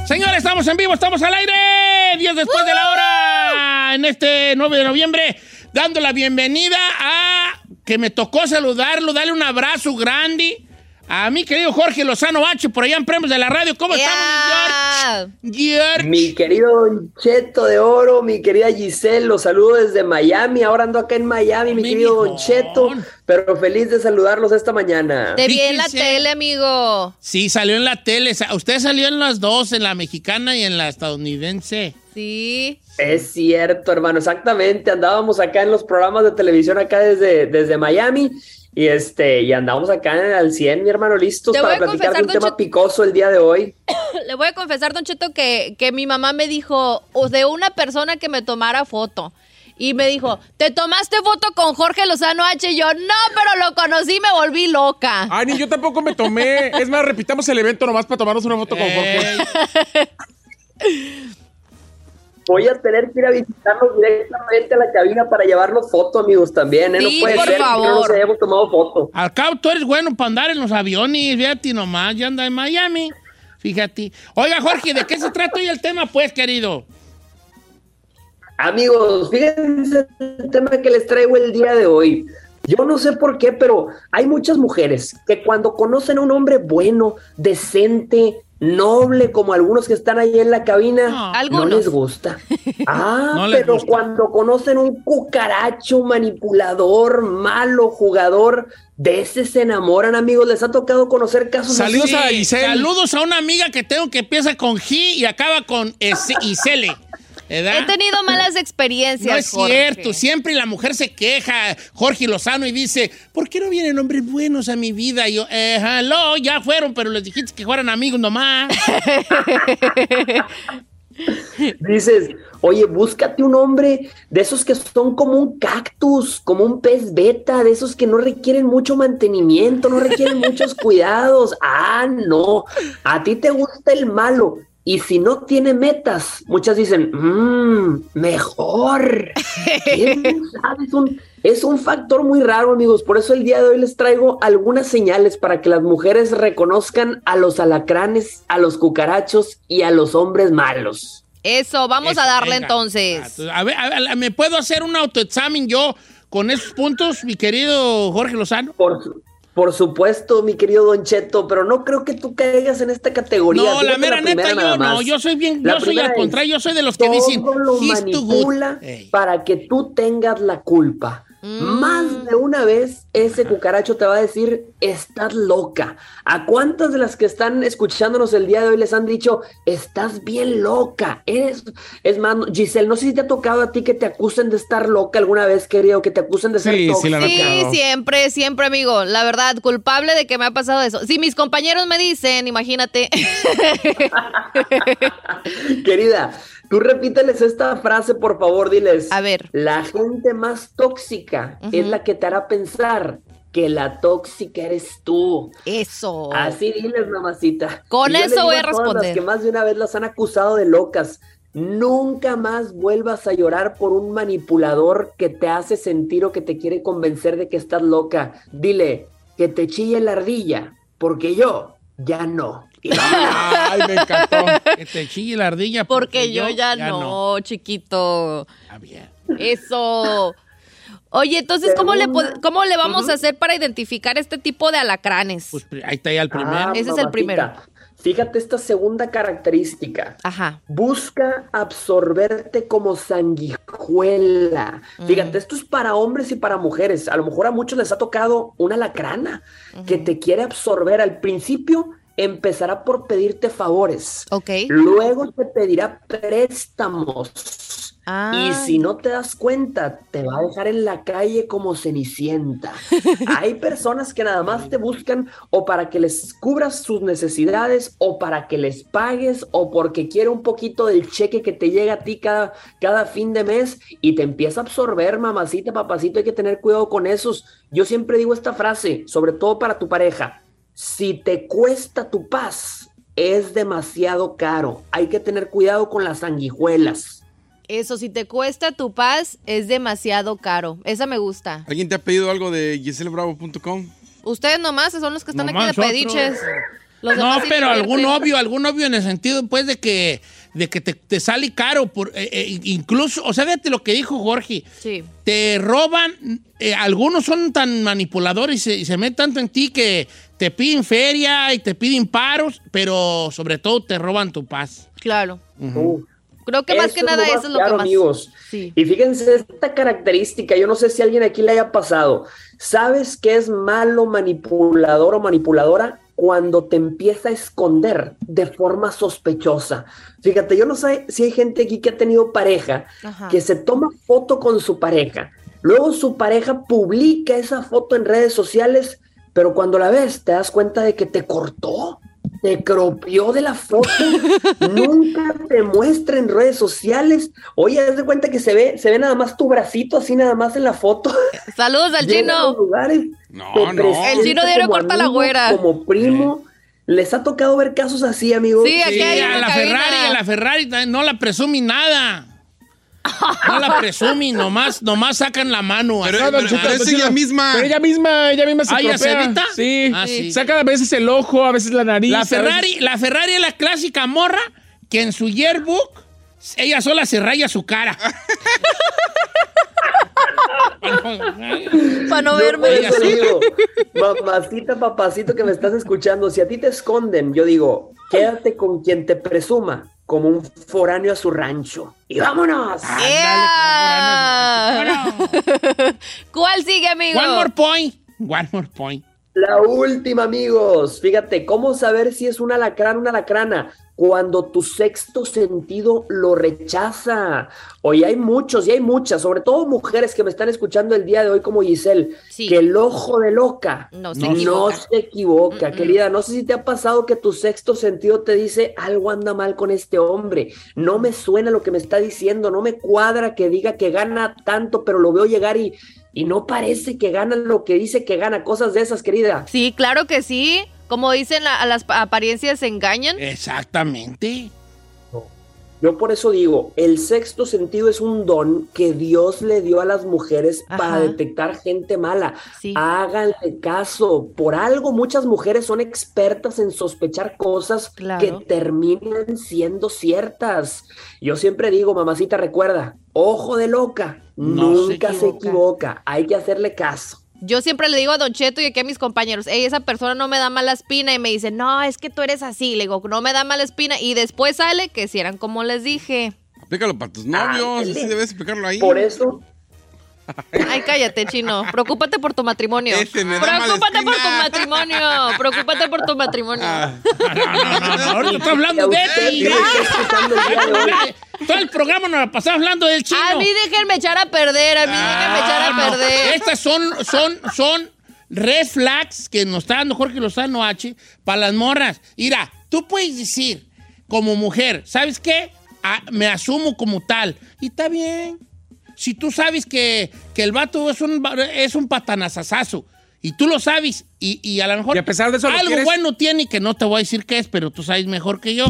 Speaker 2: Señores, estamos en vivo, estamos al aire. Días después de la hora, en este 9 de noviembre, dando la bienvenida a que me tocó saludarlo, darle un abrazo grande A mi querido Jorge Lozano Bache, por allá en Premios de la Radio. ¿Cómo
Speaker 4: Yeah.
Speaker 2: estamos, mi George? George.
Speaker 7: Mi querido Cheto de Oro, mi querida Giselle, los saludo desde Miami. Ahora ando acá en Miami, mi
Speaker 2: Mi
Speaker 7: querido
Speaker 2: mijón.
Speaker 7: Don Cheto, pero feliz de saludarlos esta mañana.
Speaker 4: Te vi en la
Speaker 2: Fíjese.
Speaker 4: tele, amigo.
Speaker 2: Sí, salió en la tele. Sa- Usted salió en las dos, en la mexicana y en la estadounidense.
Speaker 4: Sí.
Speaker 7: Es cierto, hermano, exactamente. Andábamos acá en los programas de televisión acá desde, desde Miami y este y andábamos acá en- al 100, mi hermano, listos
Speaker 4: Te voy
Speaker 7: para
Speaker 4: a
Speaker 7: platicar de
Speaker 4: confesar,
Speaker 7: un
Speaker 4: Don
Speaker 7: tema
Speaker 4: Cheto-
Speaker 7: picoso el día de hoy.
Speaker 4: Le voy a confesar, Don Cheto, que, que mi mamá me dijo, o de una persona que me tomara foto. Y me dijo, ¿te tomaste foto con Jorge Lozano H? Y yo, no, pero lo conocí y me volví loca.
Speaker 2: Ah,
Speaker 5: Ay, Ah, ni yo tampoco me tomé. Es más, repitamos el evento nomás para tomarnos una
Speaker 3: Eh,
Speaker 5: foto con Jorge.
Speaker 2: Ey,
Speaker 7: Voy a tener que ir a visitarlos directamente a la cabina para llevarnos fotos, amigos, también. ¿eh?
Speaker 4: Sí,
Speaker 7: no puede
Speaker 4: por
Speaker 7: ser que no nos
Speaker 4: favor.
Speaker 7: hayamos tomado foto.
Speaker 2: Al cabo, tú eres bueno para andar en los aviones. Fíjate nomás, ya anda en Miami. Fíjate. Oiga, Jorge, ¿de qué se trata hoy el tema, pues, querido?
Speaker 7: Amigos, fíjense el tema que les traigo el día de hoy. Yo no sé por qué, pero hay muchas mujeres que cuando conocen a un hombre bueno, decente, noble, como algunos que están ahí en la cabina,
Speaker 2: No.
Speaker 4: Algunos.
Speaker 7: no les gusta. Ah,
Speaker 2: No les
Speaker 7: pero
Speaker 2: gusta.
Speaker 7: cuando conocen un cucaracho, manipulador, malo, jugador, de ese se enamoran, amigos. ¿Les ha tocado conocer casos así?
Speaker 5: Saludos a Giselle.
Speaker 2: Saludos a una amiga que tengo que empieza con G y acaba con S y Cele. ¿Verdad?
Speaker 4: He tenido malas experiencias.
Speaker 2: No Este es
Speaker 4: Jorge.
Speaker 2: cierto, siempre la mujer se queja, Jorge Lozano, y dice, ¿por qué no vienen hombres buenos a mi vida? Y yo, eh, hello, ya fueron, pero les dijiste que fueran amigos nomás.
Speaker 7: Dices, oye, búscate un hombre de esos que son como un cactus, como un pez beta, de esos que no requieren mucho mantenimiento, no requieren muchos cuidados. Ah, no, a ti te gusta el malo. Y si no tiene metas, muchas dicen, "Mm, mejor. ¿Quién sabe? Es un, es un factor muy raro, amigos. Por eso el día de hoy les traigo algunas señales para que las mujeres reconozcan a los alacranes, a los cucarachos y a los hombres malos.
Speaker 4: Eso, vamos
Speaker 2: Eso,
Speaker 4: a darle
Speaker 2: venga. Ah,
Speaker 4: entonces.
Speaker 2: tú- A ver, a ver, a- ¿me puedo hacer un autoexamen yo con esos puntos, mi querido Jorge Lozano?
Speaker 7: Por, su- por supuesto, mi querido Don Cheto, pero no creo que tú caigas en esta categoría.
Speaker 2: No, la
Speaker 7: Fíjate
Speaker 2: mera
Speaker 7: primera
Speaker 2: neta,
Speaker 7: nada
Speaker 2: yo no,
Speaker 7: más.
Speaker 2: yo soy bien,
Speaker 7: La
Speaker 2: yo soy
Speaker 7: primera
Speaker 2: al
Speaker 7: es,
Speaker 2: contrario, yo soy de los que
Speaker 7: Todo
Speaker 2: dicen,
Speaker 7: lo
Speaker 2: "He's too good".
Speaker 7: manipula
Speaker 2: Ey. Mm.
Speaker 7: para que tú tengas la culpa. Más de una vez ese cucaracho te va a decir, estás loca. ¿A cuántas de las que están escuchándonos el día de hoy les han dicho, estás bien loca? Eres... Es más, Giselle, no sé si te ha tocado a ti que te acusen de estar loca alguna vez, querido, que te acusen de ser
Speaker 5: Sí, sí, la
Speaker 7: tóxica.
Speaker 5: han
Speaker 4: Sí,
Speaker 5: atacado.
Speaker 4: siempre, siempre, amigo. La verdad, culpable de que me ha pasado eso. Si mis compañeros me dicen, imagínate.
Speaker 7: Querida, tú repíteles esta frase, por favor, diles.
Speaker 4: A ver.
Speaker 7: La gente más tóxica es
Speaker 4: Ujú.
Speaker 7: la que te hará pensar que la tóxica eres tú.
Speaker 4: Eso.
Speaker 2: Ah,
Speaker 7: Así diles, mamacita.
Speaker 4: Oh. Con
Speaker 7: Y yo le
Speaker 4: eso
Speaker 7: digo
Speaker 4: voy a
Speaker 7: todas las
Speaker 4: responder.
Speaker 7: que más de una vez las han acusado de locas. Nunca más vuelvas a llorar por un manipulador que te hace sentir o que te quiere convencer de que estás loca. Dile que te chille la ardilla, porque yo ya no. Y
Speaker 5: Ay, me encantó.
Speaker 2: Que te chille la ardilla.
Speaker 4: Porque, yo, ya, no, chiquito.
Speaker 2: Está Ah, bien.
Speaker 4: Eso. Oye, entonces, ¿cómo le, pod-
Speaker 7: Segunda.
Speaker 4: ¿cómo le vamos a hacer para identificar este tipo de alacranes?
Speaker 2: Pues, pri- ahí está ya el
Speaker 7: Ah,
Speaker 2: primero.
Speaker 4: Ese es el
Speaker 7: mamacita.
Speaker 4: primero.
Speaker 7: Fíjate esta segunda característica.
Speaker 4: Ajá.
Speaker 7: Busca absorberte como sanguijuela.
Speaker 4: Mm.
Speaker 7: Fíjate, esto es para hombres y para mujeres. A lo mejor a muchos les ha tocado una lacrana que te quiere absorber. Al principio empezará por pedirte favores.
Speaker 4: Ok.
Speaker 7: Luego te pedirá préstamos.
Speaker 4: Ah.
Speaker 7: Y si no te das cuenta, te va a dejar en la calle como cenicienta. Hay personas que nada más te buscan o para que les cubras sus necesidades o para que les pagues o porque quiere un poquito del cheque que te llega a ti cada, cada fin de mes y te empieza a absorber, mamacita, papacito, hay que tener cuidado con esos. Yo siempre digo esta frase, sobre todo para tu pareja. Si te cuesta tu paz, es demasiado caro. Hay que tener cuidado con las sanguijuelas.
Speaker 4: Eso, si te cuesta tu paz, es demasiado caro. Esa me gusta.
Speaker 3: ¿Alguien te ha pedido algo de GiselleBravo.com?
Speaker 4: Ustedes nomás son los que están
Speaker 2: Nomás
Speaker 4: aquí de
Speaker 2: nosotros.
Speaker 4: pediches. Los
Speaker 2: No,
Speaker 4: demás sí
Speaker 2: pero
Speaker 4: divierten.
Speaker 2: algún obvio, algún obvio en el sentido, pues, de que, de que te, te sale caro. Por, eh, eh, incluso, o sea, fíjate lo que dijo Jorge.
Speaker 4: Sí.
Speaker 2: Te roban, eh, algunos son tan manipuladores y se, y se meten tanto en ti que te piden feria y te piden paros, pero sobre todo te roban tu paz.
Speaker 4: Claro.
Speaker 7: Uh,
Speaker 4: Creo que más que
Speaker 7: es lo
Speaker 4: nada
Speaker 7: más
Speaker 4: eso es lo que
Speaker 7: claro,
Speaker 4: más.
Speaker 7: amigos.
Speaker 4: Sí.
Speaker 7: Y fíjense esta característica, yo no sé si a alguien aquí le haya pasado. ¿Sabes qué es malo manipulador o manipuladora? Cuando te empieza a esconder de forma sospechosa. Fíjate, yo no sé si hay gente aquí que ha tenido pareja
Speaker 4: Ajá.
Speaker 7: que se toma foto con su pareja. Luego su pareja publica esa foto en redes sociales, pero cuando la ves te das cuenta de que te cortó, te cropió de la foto. Nunca te muestra en redes sociales. Oye, haz de cuenta que se ve, se ve nada más tu bracito así nada más en la foto.
Speaker 4: Saludos al
Speaker 7: Llega a los
Speaker 4: chino.
Speaker 7: lugares,
Speaker 2: No,
Speaker 7: te
Speaker 2: no.
Speaker 7: presenta
Speaker 4: El chino diario
Speaker 7: como
Speaker 4: corta la
Speaker 7: amigo,
Speaker 4: güera.
Speaker 7: Como primo. Les ha tocado ver casos así, amigos.
Speaker 4: Sí, aquí
Speaker 2: Sí,
Speaker 4: hay
Speaker 2: a
Speaker 4: una
Speaker 2: la
Speaker 4: cabina.
Speaker 2: Ferrari, a la Ferrari también no la presumí nada. No la presumí, nomás, nomás sacan la mano.
Speaker 3: Pero-
Speaker 2: así,
Speaker 3: pero-
Speaker 2: nomás.
Speaker 3: pero es ella misma.
Speaker 5: Pero ella misma, ella misma se
Speaker 2: Ah, ¿ella se
Speaker 5: estropea.
Speaker 2: edita?
Speaker 5: Sí.
Speaker 2: Ah, sí.
Speaker 5: Saca a veces el ojo, a veces la nariz. a
Speaker 2: La
Speaker 5: veces-
Speaker 2: Ferrari, la Ferrari es la clásica morra que en su yearbook ella sola se raya su cara.
Speaker 4: Para no
Speaker 7: Yo por
Speaker 4: verme.
Speaker 7: eso digo, mamacita, papacito que me estás escuchando, si a ti te esconden, yo digo, quédate con quien te presuma, como un foráneo a su rancho. Y vámonos.
Speaker 4: ¡Ea! ¿Cuál sigue, amigo?
Speaker 2: One more point. One more point.
Speaker 7: La última, amigos. Fíjate, ¿cómo saber si es un alacrán, una alacrana? Cuando tu sexto sentido lo rechaza. Hoy hay muchos y hay muchas, sobre todo mujeres que me están escuchando el día de hoy como Giselle,
Speaker 4: Sí.
Speaker 7: que el ojo de loca
Speaker 4: No se
Speaker 7: no
Speaker 4: equivoca.
Speaker 7: se equivoca, querida. No sé si te ha pasado que tu sexto sentido te dice algo anda mal con este hombre. No me suena lo que me está diciendo, no me cuadra que diga que gana tanto, pero lo veo llegar y, y no parece que gana lo que dice que gana. Cosas de esas, querida.
Speaker 4: Sí, claro que sí. Como dicen, la- a las apariencias se engañan.
Speaker 3: Eh,
Speaker 2: Exactamente.
Speaker 7: Yo por eso digo, el sexto sentido es un don que Dios le dio a las mujeres
Speaker 4: Ajá.
Speaker 7: para detectar gente mala.
Speaker 4: Sí.
Speaker 3: ah.
Speaker 7: Háganle caso. Por algo muchas mujeres son expertas en sospechar cosas
Speaker 4: Claro.
Speaker 7: que terminan siendo ciertas. Yo siempre digo, mamacita, recuerda, ojo de loca,
Speaker 2: No se
Speaker 7: nunca se
Speaker 2: equivoca.
Speaker 7: equivoca. Hay que hacerle caso.
Speaker 4: Yo siempre le digo a Don Cheto y aquí a mis compañeros, hey, esa persona no me da mala espina y me dice, no, es que tú eres así. Le digo, no me da mala espina. Y después sale que si eran como les dije.
Speaker 3: Aplícalo para tus novios,
Speaker 7: Ándale.
Speaker 3: así debes explicarlo ahí.
Speaker 7: Ah, Por eso,
Speaker 4: Ay, cállate, chino. Preocúpate por tu matrimonio.
Speaker 3: Ese me da mala
Speaker 4: Preocúpate por tu
Speaker 3: espina. Ah.
Speaker 4: matrimonio. Preocúpate por tu matrimonio.
Speaker 2: No, no, no, no, ahorita estoy hablando de ti. Todo el programa nos la pasamos hablando del chino.
Speaker 4: A mí déjenme echar a perder, a mí déjenme echar
Speaker 2: Ah,
Speaker 4: a
Speaker 2: no.
Speaker 4: perder.
Speaker 2: Estas son, son, son red flags que nos está dando Jorge Lozano H para las morras. Mira, tú puedes decir como mujer, ¿sabes qué? Ah, me asumo como tal. Y está bien. Si tú sabes que, que el vato es un, va- es un patanazazazo y tú lo sabes y, y a lo mejor
Speaker 5: Y a pesar de eso lo
Speaker 2: algo
Speaker 5: quieres.
Speaker 2: bueno tiene que no te voy a decir qué es, pero tú sabes mejor que yo.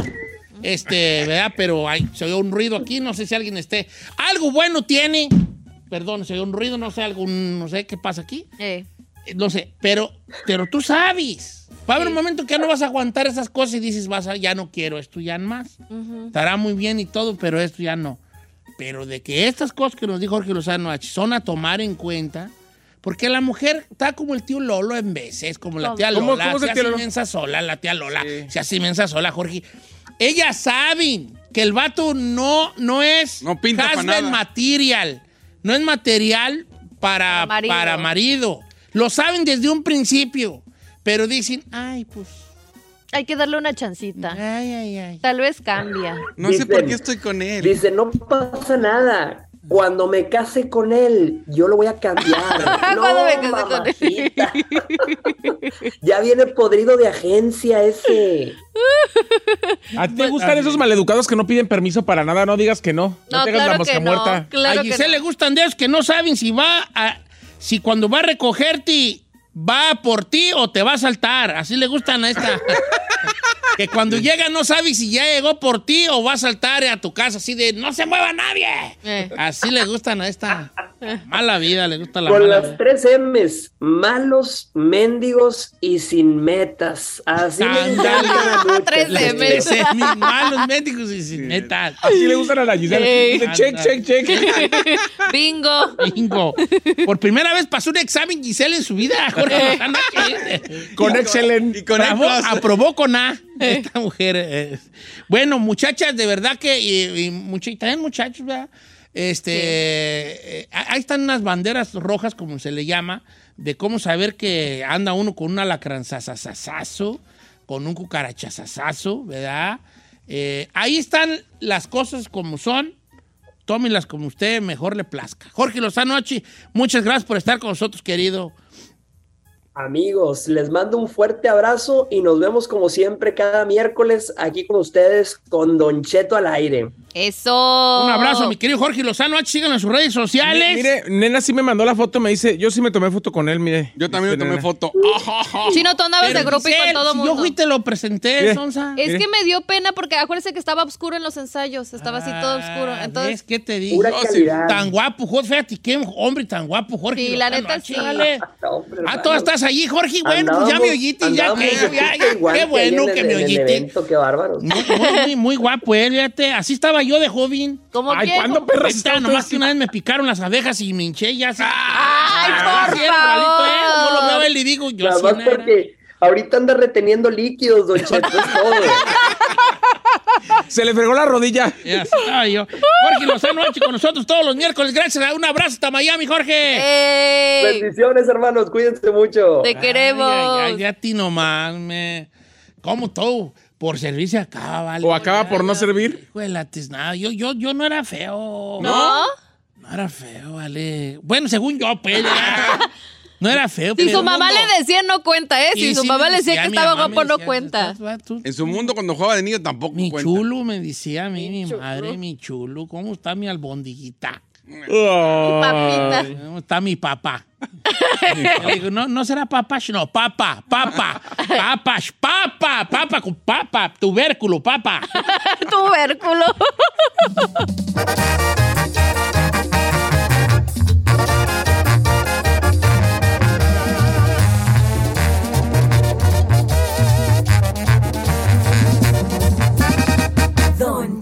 Speaker 2: Este, ¿verdad? Pero ay, se oyó un ruido aquí, no sé si alguien esté. Algo bueno tiene. Perdón, se oyó un ruido, no sé, algún, no sé qué pasa aquí.
Speaker 4: Eh,
Speaker 2: Eh, No sé, pero, pero tú sabes. Va a haber un momento que ya no vas a aguantar esas cosas y dices, vas a, ya no quiero esto ya más. Estará muy bien y todo, pero esto ya no. Pero de que estas cosas que nos dijo Jorge Lozano H son a tomar en cuenta, porque la mujer está como el tío Lolo en veces, como la tía
Speaker 5: ¿Cómo-
Speaker 2: Lola,
Speaker 5: cómo es
Speaker 2: se
Speaker 5: el tío
Speaker 2: hace
Speaker 5: Lolo?
Speaker 2: mensa sola, la tía Lola, se hace mensa sola, Jorge. Ellas saben que el vato no, no es
Speaker 3: No pinta pa'
Speaker 2: husband
Speaker 3: nada.
Speaker 2: material, no es material
Speaker 4: Para
Speaker 2: para
Speaker 4: marido.
Speaker 2: para marido. Lo saben desde un principio, pero dicen, ay, pues,
Speaker 4: hay que darle una chancita.
Speaker 2: ay, ay, ay.
Speaker 4: Tal vez cambia.
Speaker 3: No sé por
Speaker 7: Dicen-
Speaker 3: qué estoy con él.
Speaker 7: dice, no pasa nada. Cuando me case con él, yo lo voy a cambiar. No,
Speaker 4: Cuando me case con él.
Speaker 7: mamacita. ya viene podrido de agencia ese.
Speaker 5: ¿A
Speaker 3: Pues,
Speaker 5: ti te
Speaker 3: ah,
Speaker 5: gustan esos maleducados que no piden permiso para nada? No digas que no. No,
Speaker 4: No,
Speaker 5: te hagas la
Speaker 4: claro
Speaker 5: mosca
Speaker 4: que
Speaker 5: muerta.
Speaker 4: no. Claro
Speaker 2: a
Speaker 4: que
Speaker 2: Giselle
Speaker 4: no.
Speaker 2: le gustan de esos que no saben si va a, si cuando va a recogerte, va por ti o te va a saltar. Así le gustan a esta. que cuando llega no sabe si ya llegó por ti o va a saltar a tu casa, así de, no se mueva nadie.
Speaker 4: Eh.
Speaker 2: Así le gustan a esta. Mala vida, le gusta la
Speaker 7: Con
Speaker 2: mala
Speaker 7: las
Speaker 2: vida.
Speaker 7: tres M's, malos, mendigos y sin metas. Así me
Speaker 2: Ándale.
Speaker 7: encantan a
Speaker 4: Tres
Speaker 7: muchas
Speaker 4: M's.
Speaker 7: mujeres.
Speaker 2: Ese es mi malos médicos y sin metas.
Speaker 5: Así le gustan a la Gisela.
Speaker 4: Ey.
Speaker 5: Dice, check, check, check.
Speaker 4: Bingo.
Speaker 2: Bingo. Por primera vez pasó un examen Giselle en su vida. Jorge Lozano, ¿qué?
Speaker 5: Con excelente.
Speaker 3: Y con
Speaker 2: Bravo,
Speaker 3: Ecos.
Speaker 2: aprobó con A esta mujer. eh. Bueno, muchachas, de verdad que, y, y much- y también muchachos, ¿verdad? Este, eh, ahí están unas banderas rojas, como se le llama, de cómo saber que anda uno con un alacranzazazazazo, con un cucarachazazazo, ¿verdad? Eh, ahí están las cosas como son, tómelas como usted mejor le plazca. Jorge Lozano Hachi, muchas gracias por estar con nosotros, querido.
Speaker 7: Amigos, les mando un fuerte abrazo y nos vemos como siempre cada miércoles aquí con ustedes con Don Cheto al aire.
Speaker 4: Eso.
Speaker 2: Un abrazo, mi querido Jorge Lozano Hachi, síganlo en sus redes sociales.
Speaker 5: Mire, nena sí me mandó la foto, me dice, yo sí me tomé foto con él, mire.
Speaker 3: Yo también le
Speaker 5: Dice,
Speaker 3: tomé
Speaker 5: nena.
Speaker 3: foto.
Speaker 7: "Ah,
Speaker 4: Chino, tú andabas de
Speaker 2: Pero,
Speaker 4: grupo y con
Speaker 2: Giselle,
Speaker 4: todo
Speaker 2: si
Speaker 4: mundo.
Speaker 2: Yo fui y te lo presenté,
Speaker 5: Mire.
Speaker 2: Sonsa.
Speaker 4: Es
Speaker 5: Mire.
Speaker 4: que me dio pena porque acuérdense que estaba oscuro en los ensayos, estaba así todo oscuro.
Speaker 2: Ah, ¿ves
Speaker 4: Entonces,
Speaker 2: qué te digo?
Speaker 7: Pura
Speaker 3: sí,
Speaker 7: calidad.
Speaker 2: Tan guapo, Jorge, fíjate, qué hombre tan guapo, Jorge.
Speaker 4: Sí, la
Speaker 2: Lozano,
Speaker 4: neta
Speaker 2: ah,
Speaker 4: sí.
Speaker 2: chingale.
Speaker 7: Hombre,
Speaker 2: Ah,
Speaker 7: hermano.
Speaker 2: todas estás allí, Jorge. Bueno, pues ya me
Speaker 7: Andábamos-
Speaker 2: oyitis, ya
Speaker 7: andábamos
Speaker 2: que,
Speaker 7: de
Speaker 2: ya,
Speaker 7: pico
Speaker 2: ya,
Speaker 7: igual
Speaker 2: qué
Speaker 7: que ahí
Speaker 2: bueno
Speaker 7: en
Speaker 2: que
Speaker 7: el-
Speaker 2: me
Speaker 7: en el
Speaker 2: oyitis.
Speaker 7: evento, qué bárbaro.
Speaker 2: Muy, muy, muy guapo, él, fíjate. Así estaba yo de joven.
Speaker 4: ¿cómo
Speaker 5: Ay,
Speaker 4: que?
Speaker 5: ¿cuándo, perra?
Speaker 2: Ahí está,
Speaker 5: Está
Speaker 2: nomás
Speaker 5: todo
Speaker 2: que una vez me picaron las abejas y me hinché ya. Así.
Speaker 4: Ay,
Speaker 2: Ah,
Speaker 4: por
Speaker 2: sí, el palito, ¿eh? Yo lo
Speaker 4: favor.
Speaker 2: veo a él y digo, yo
Speaker 7: Nada
Speaker 2: así
Speaker 7: más
Speaker 2: no era.
Speaker 7: porque ahorita anda reteniendo líquidos, Don Cheto, es todo.
Speaker 5: Se le fregó la rodilla.
Speaker 2: Y así estaba yo. Jorge Lozano H con nosotros todos los miércoles. Gracias. Un abrazo hasta Miami, Jorge.
Speaker 4: Eh, ¡Ey!
Speaker 7: Bendiciones, hermanos, cuídense mucho.
Speaker 4: Te queremos.
Speaker 2: Ay, ay, ay, a ti nomás, me. ¿Cómo todo? Por servirse acaba, vale.
Speaker 5: O acaba por no servir.
Speaker 2: Hijo de la tiznada. Yo, yo, yo no era feo.
Speaker 4: ¿No?
Speaker 2: No era feo, vale. Bueno, según yo, pues. ya. No era feo.
Speaker 4: Si
Speaker 2: pero
Speaker 4: su mamá
Speaker 2: no, no.
Speaker 4: le decía, no cuenta, ¿eh? Si
Speaker 2: Y
Speaker 4: su
Speaker 2: sí
Speaker 4: mamá
Speaker 2: me
Speaker 4: le decía que
Speaker 2: mi
Speaker 4: estaba
Speaker 2: mamá me
Speaker 4: guapo, no
Speaker 2: decía,
Speaker 4: cuenta.
Speaker 2: "Tú- tú- tú-
Speaker 3: En su mundo, cuando jugaba de niño, tampoco
Speaker 2: Mi
Speaker 3: cuenta.
Speaker 2: chulo, me decía a mí, mi, madre, mi chulo. ¿Cómo está mi albondiguita?
Speaker 5: Ah.
Speaker 4: Papita.
Speaker 2: ¿Cómo está mi papá? Yo le digo, no, no será papá, no, papa, papa, papa, papa, papa, con papa, tubérculo, papa.
Speaker 4: Tubérculo.
Speaker 8: Don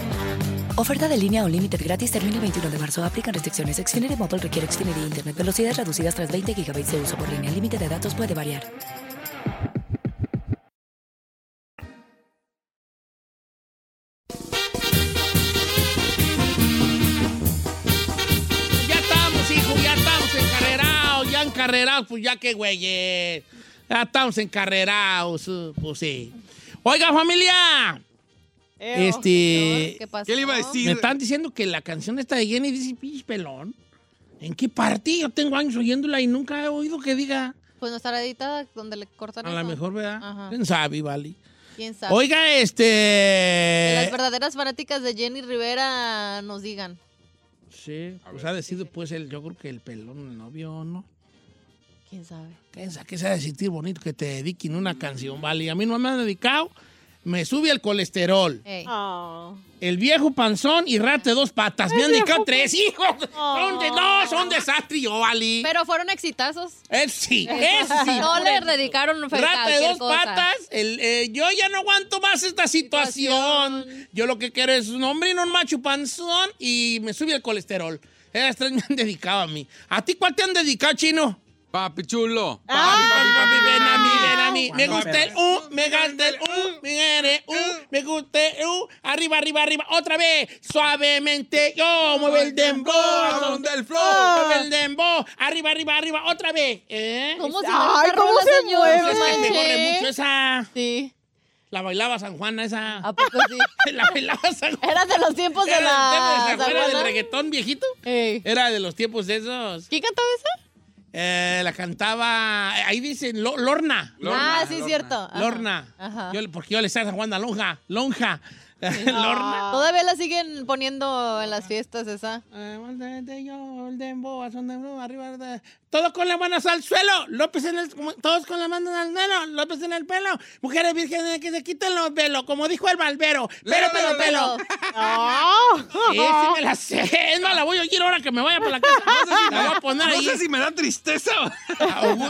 Speaker 8: Oferta de línea o límite gratis termina el 21 de marzo. Aplican restricciones. Xfinity Mobile requiere Xfinity Internet. Velocidades reducidas tras 20 GB de uso por línea. El límite de datos puede variar.
Speaker 2: Ya estamos, hijo, ya estamos encarrerados, ya encarrerados, pues ya que güeyes. Ya estamos encarrerados, uh, pues sí. Oiga, familia,
Speaker 6: Eo.
Speaker 2: este.
Speaker 4: ¿Qué pasó?
Speaker 3: ¿Qué le iba a decir?
Speaker 2: Me están diciendo que la canción esta de Jenny dice pinche pelón. ¿En qué parte? Yo tengo años oyéndola y nunca he oído que diga.
Speaker 4: Pues no estará editada donde le cortan
Speaker 2: A lo
Speaker 4: eso.
Speaker 2: mejor, ¿verdad?
Speaker 4: Ajá.
Speaker 2: ¿Quién sabe, vale?
Speaker 4: ¿Quién sabe?
Speaker 2: Oiga,
Speaker 4: Que las
Speaker 2: este.
Speaker 4: verdaderas fanáticas de Jenny Rivera nos digan.
Speaker 2: Sí, pues ha decidido, pues, el, yo creo que el pelón, el novio, ¿no?
Speaker 4: ¿Quién sabe?
Speaker 2: Piensa que se ha de sentir bonito que te dediquen una canción, ¿vale? Y a mí no me han dedicado. Me sube el colesterol,
Speaker 4: Ey.
Speaker 6: Oh.
Speaker 2: el viejo panzón y rate dos patas. Me han dedicado tres hijos. Son de, no, son desastre yo, ¿vale?
Speaker 4: Pero fueron exitazos.
Speaker 2: Él sí, él sí.
Speaker 4: No le dedicaron fe-
Speaker 2: Rata de
Speaker 4: cualquier
Speaker 2: dos
Speaker 4: cosa.
Speaker 2: patas. el, eh, yo ya no aguanto más esta situación. Yo lo que quiero es un hombre y no un macho panzón y me sube el colesterol. Esas tres me han dedicado a mí. ¿A ti cuál te han dedicado, chino?
Speaker 3: Papi chulo.
Speaker 2: Ah, Papi, ven a mí, ven a mí. Me gusta el U, me encanta el U, me gane U, me gusta el U. Arriba, arriba, arriba. Otra vez. Suavemente yo mueve el dembow.
Speaker 3: A donde el flow.
Speaker 2: Mueve el dembow. Arriba, arriba, arriba. Otra vez. ¿Eh?
Speaker 4: ¿Cómo se
Speaker 6: Ay,
Speaker 4: llama esa
Speaker 6: ¿cómo
Speaker 4: rola,
Speaker 6: se
Speaker 4: señor?
Speaker 6: mueve?
Speaker 4: No
Speaker 2: Es que me corre
Speaker 4: manches.
Speaker 2: mucho esa.
Speaker 4: Sí.
Speaker 2: La bailaba San Juana esa.
Speaker 4: ¿A poco sí?
Speaker 2: La bailaba San Juana.
Speaker 4: Ah, Era de los tiempos de
Speaker 2: Era
Speaker 4: la.
Speaker 2: de- de- de-
Speaker 4: San
Speaker 2: ¿Era del
Speaker 4: Juana.
Speaker 2: reggaetón viejito?
Speaker 4: Ey.
Speaker 2: Era de los tiempos esos.
Speaker 4: ¿Quién cantaba esa?
Speaker 2: Eh, la cantaba. Ahí dicen Lo- Lorna.
Speaker 4: ah, sí,
Speaker 3: Lorna.
Speaker 4: cierto. Ajá.
Speaker 2: Lorna.
Speaker 4: Ajá.
Speaker 2: Yo le- porque yo le estaba jugando a Lonja. Lonja. Lorna.
Speaker 4: Todavía la siguen poniendo en las fiestas esa.
Speaker 2: Todos con las manos al suelo. López en el, todos con las manos al suelo. López en el pelo. Mujeres vírgenes que se quiten los velos. Como dijo el balbero. Pero, pero, pero. Sí, sí me la sé. Es más, la voy a oír ahora que me vaya para la casa. La voy a poner
Speaker 3: No
Speaker 2: ahí.
Speaker 3: sé si me da tristeza.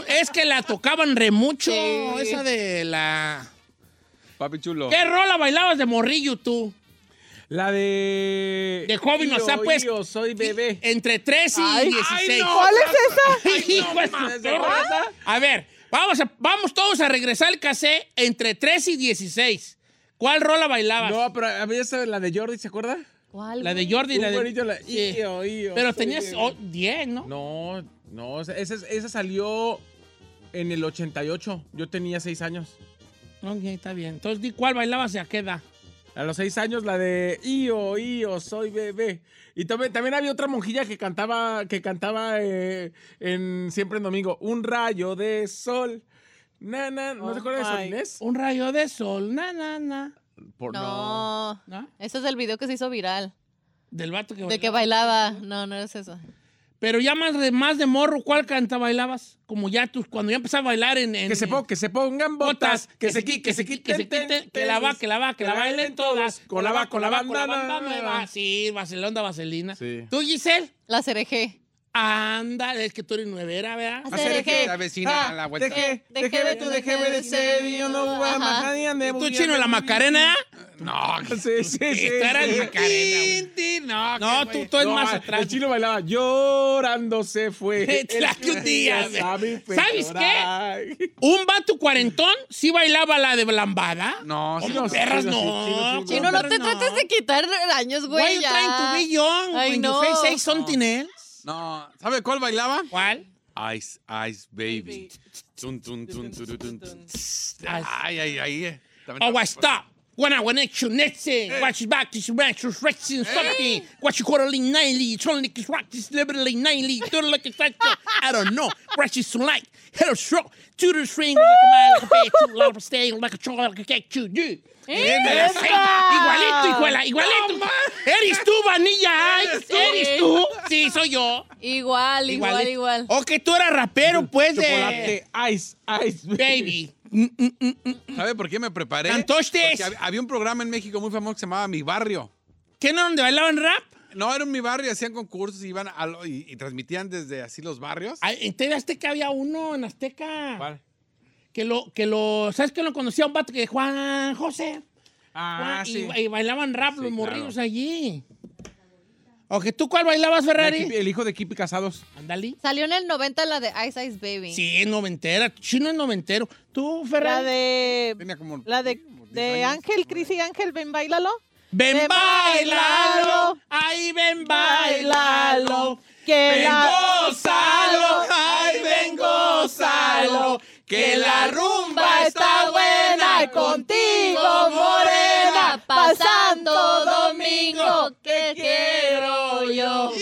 Speaker 2: Es que la tocaban re mucho.
Speaker 4: Sí.
Speaker 2: Esa de la.
Speaker 3: Papi chulo.
Speaker 2: ¿Qué rola bailabas de morrillo tú?
Speaker 5: La de.
Speaker 2: De joven, o sea,
Speaker 5: Yo,
Speaker 2: pues-
Speaker 5: yo soy bebé.
Speaker 2: Entre 13 y 16.
Speaker 6: ¿Cuál es esa?
Speaker 2: Hijo de su perra. A ver, vamos, a- vamos todos a regresar al casé entre 3 y 16. ¿Cuál rola bailabas?
Speaker 5: No, pero a mí esa la de Jordi, ¿se acuerda?
Speaker 4: ¿Cuál?
Speaker 2: la de Jordi. La
Speaker 5: Un
Speaker 2: de...
Speaker 5: güerito, la-
Speaker 2: Sí.
Speaker 5: Ío, ío,
Speaker 2: Pero
Speaker 5: soy
Speaker 2: tenías
Speaker 5: bebé.
Speaker 2: oh, 10, ¿no?
Speaker 5: No, no, o sea, esa, esa salió en el 88. Yo tenía 6 años.
Speaker 2: Ok, está bien. Entonces, di cuál bailabas y a qué edad.
Speaker 5: A los 6 años la de Io, Io, soy bebé. Y también, también había otra monjilla que cantaba, que cantaba eh, en Siempre en Domingo. Un rayo de sol. Na, na, ¿No
Speaker 6: Oh
Speaker 5: se acuerdan de Sol
Speaker 6: my-
Speaker 5: Inés?
Speaker 2: Un rayo de sol, na, na, na.
Speaker 5: Por,
Speaker 4: No.
Speaker 2: ¿No?
Speaker 4: Ese es el video que se hizo viral.
Speaker 2: Del vato que
Speaker 4: De que
Speaker 2: bailaba.
Speaker 4: bailaba. No, no es eso.
Speaker 2: Pero ya más de, más de morro, ¿cuál canta bailabas? Como ya tus, cuando ya empezaba a bailar en... en-
Speaker 5: Que se, po- que se pongan botas, que se qui- que se quiten,
Speaker 2: que se quiten, que la va, que la va, que la bailen todas, con la va, con la va, con la banda nueva. Sí, vaselonda, vaselina.
Speaker 5: Sí.
Speaker 2: Tú, Giselle,
Speaker 4: La cerejé.
Speaker 2: anda, es que tú eres nuevera, ¿verdad?
Speaker 4: Hacer eje.
Speaker 3: La vecina
Speaker 4: Ah,
Speaker 3: a la vuelta.
Speaker 5: Deje,
Speaker 4: Deje
Speaker 5: deje
Speaker 4: de
Speaker 5: de tu,
Speaker 4: tu-
Speaker 5: deje
Speaker 4: deje
Speaker 5: de
Speaker 4: de
Speaker 5: ser,
Speaker 4: ser,
Speaker 5: yo no voy
Speaker 4: ajá.
Speaker 5: a bajar ni a me
Speaker 2: ¿Y tú,
Speaker 5: voy a
Speaker 2: chino, la
Speaker 5: vivir.
Speaker 2: Macarena?
Speaker 3: No,
Speaker 5: Sí, sí, sí.
Speaker 2: Tú eras
Speaker 5: sí.
Speaker 3: no,
Speaker 2: Macarena. No, tú, tú eres
Speaker 5: No,
Speaker 2: más
Speaker 5: ah,
Speaker 2: atrás.
Speaker 5: El chino bailaba llorando se fue.
Speaker 2: La que un día,
Speaker 5: Ya sabe
Speaker 2: ¿sabes
Speaker 5: perdonar.
Speaker 2: Un vato cuarentón sí bailaba la de Blambada.
Speaker 3: No, sí,
Speaker 2: Como
Speaker 3: no, sí,
Speaker 2: perras,
Speaker 5: sí, sí, sí, sí,
Speaker 2: no.
Speaker 5: sí.
Speaker 4: Chino, no te trates de quitar años,
Speaker 2: Why
Speaker 4: güey.
Speaker 2: you
Speaker 4: ya.
Speaker 2: trying to be young
Speaker 4: Ay,
Speaker 2: when
Speaker 4: no.
Speaker 2: you face ain't something else?
Speaker 3: No, ¿sabe cuál bailaba?
Speaker 2: ¿Cuál?
Speaker 3: Ice, Ice Baby. Tun, tun, tun, tun, tun, tun, tun. Ay, ay, ay. eh. También-
Speaker 2: Oh, I stop. When I went at you, Nixon. Watch his back, this ranch, was rexing something. Watch you quarterly, nightly. Trying to kiss rock, this liberally, nightly. Don't look at that. I don't know. Brush is light. Head of stroke. To the string, like a man, like a bed, too loud, staying like a child, like a cat, you do. Eh, me la sé. Igualito, iguala, igualito. Eres tú, Vanilla Ice. Eres tú. Sí, soy yo.
Speaker 4: Igual, igual, igual.
Speaker 2: O que tú eras rapero, pues, de
Speaker 5: Chocolate, ice, ice.
Speaker 2: Baby.
Speaker 3: ¿Sabe por qué me preparé?
Speaker 2: Fantoches.
Speaker 3: Porque hab- había un programa en México muy famoso que se llamaba Mi Barrio.
Speaker 2: ¿Qué no donde bailaban rap?
Speaker 3: No, era un Mi Barrio, hacían concursos iban a lo- y, y transmitían desde así los barrios.
Speaker 2: Ay, En TV Azteca había uno, en Azteca.
Speaker 5: ¿Cuál?
Speaker 2: Que lo, que lo, ¿sabes que lo conocía un vato que Juan José?
Speaker 5: Ah,
Speaker 2: Juan- y-
Speaker 5: sí.
Speaker 2: y, bailaban rap los
Speaker 3: claro.
Speaker 2: morrillos allí. ¿O que tú cuál bailabas,
Speaker 5: Kipi-
Speaker 2: Ferrari?
Speaker 5: El hijo de Kipi Casados.
Speaker 2: Ándale.
Speaker 4: Salió en el 90 la de Ice Ice Baby.
Speaker 2: Sí, es noventera. Chino es noventero. ¿Tú,
Speaker 6: La
Speaker 2: Ferrari?
Speaker 6: de.
Speaker 3: Tenía como.
Speaker 6: La de, de Ángel, Cris y Ángel, ven, bailalo.
Speaker 2: ¡Ven,
Speaker 6: ven,
Speaker 2: bailalo!
Speaker 6: bailalo.
Speaker 2: ¡Ay, ven, bailalo!
Speaker 6: Que
Speaker 2: ¡Ven,
Speaker 6: la.
Speaker 2: gózalo! ¡Ay, ven, gózalo! ¡Que la rumba está buena!
Speaker 6: buena
Speaker 2: ¡Contigo, morena!
Speaker 4: pasando domingo,
Speaker 2: que quiero yo.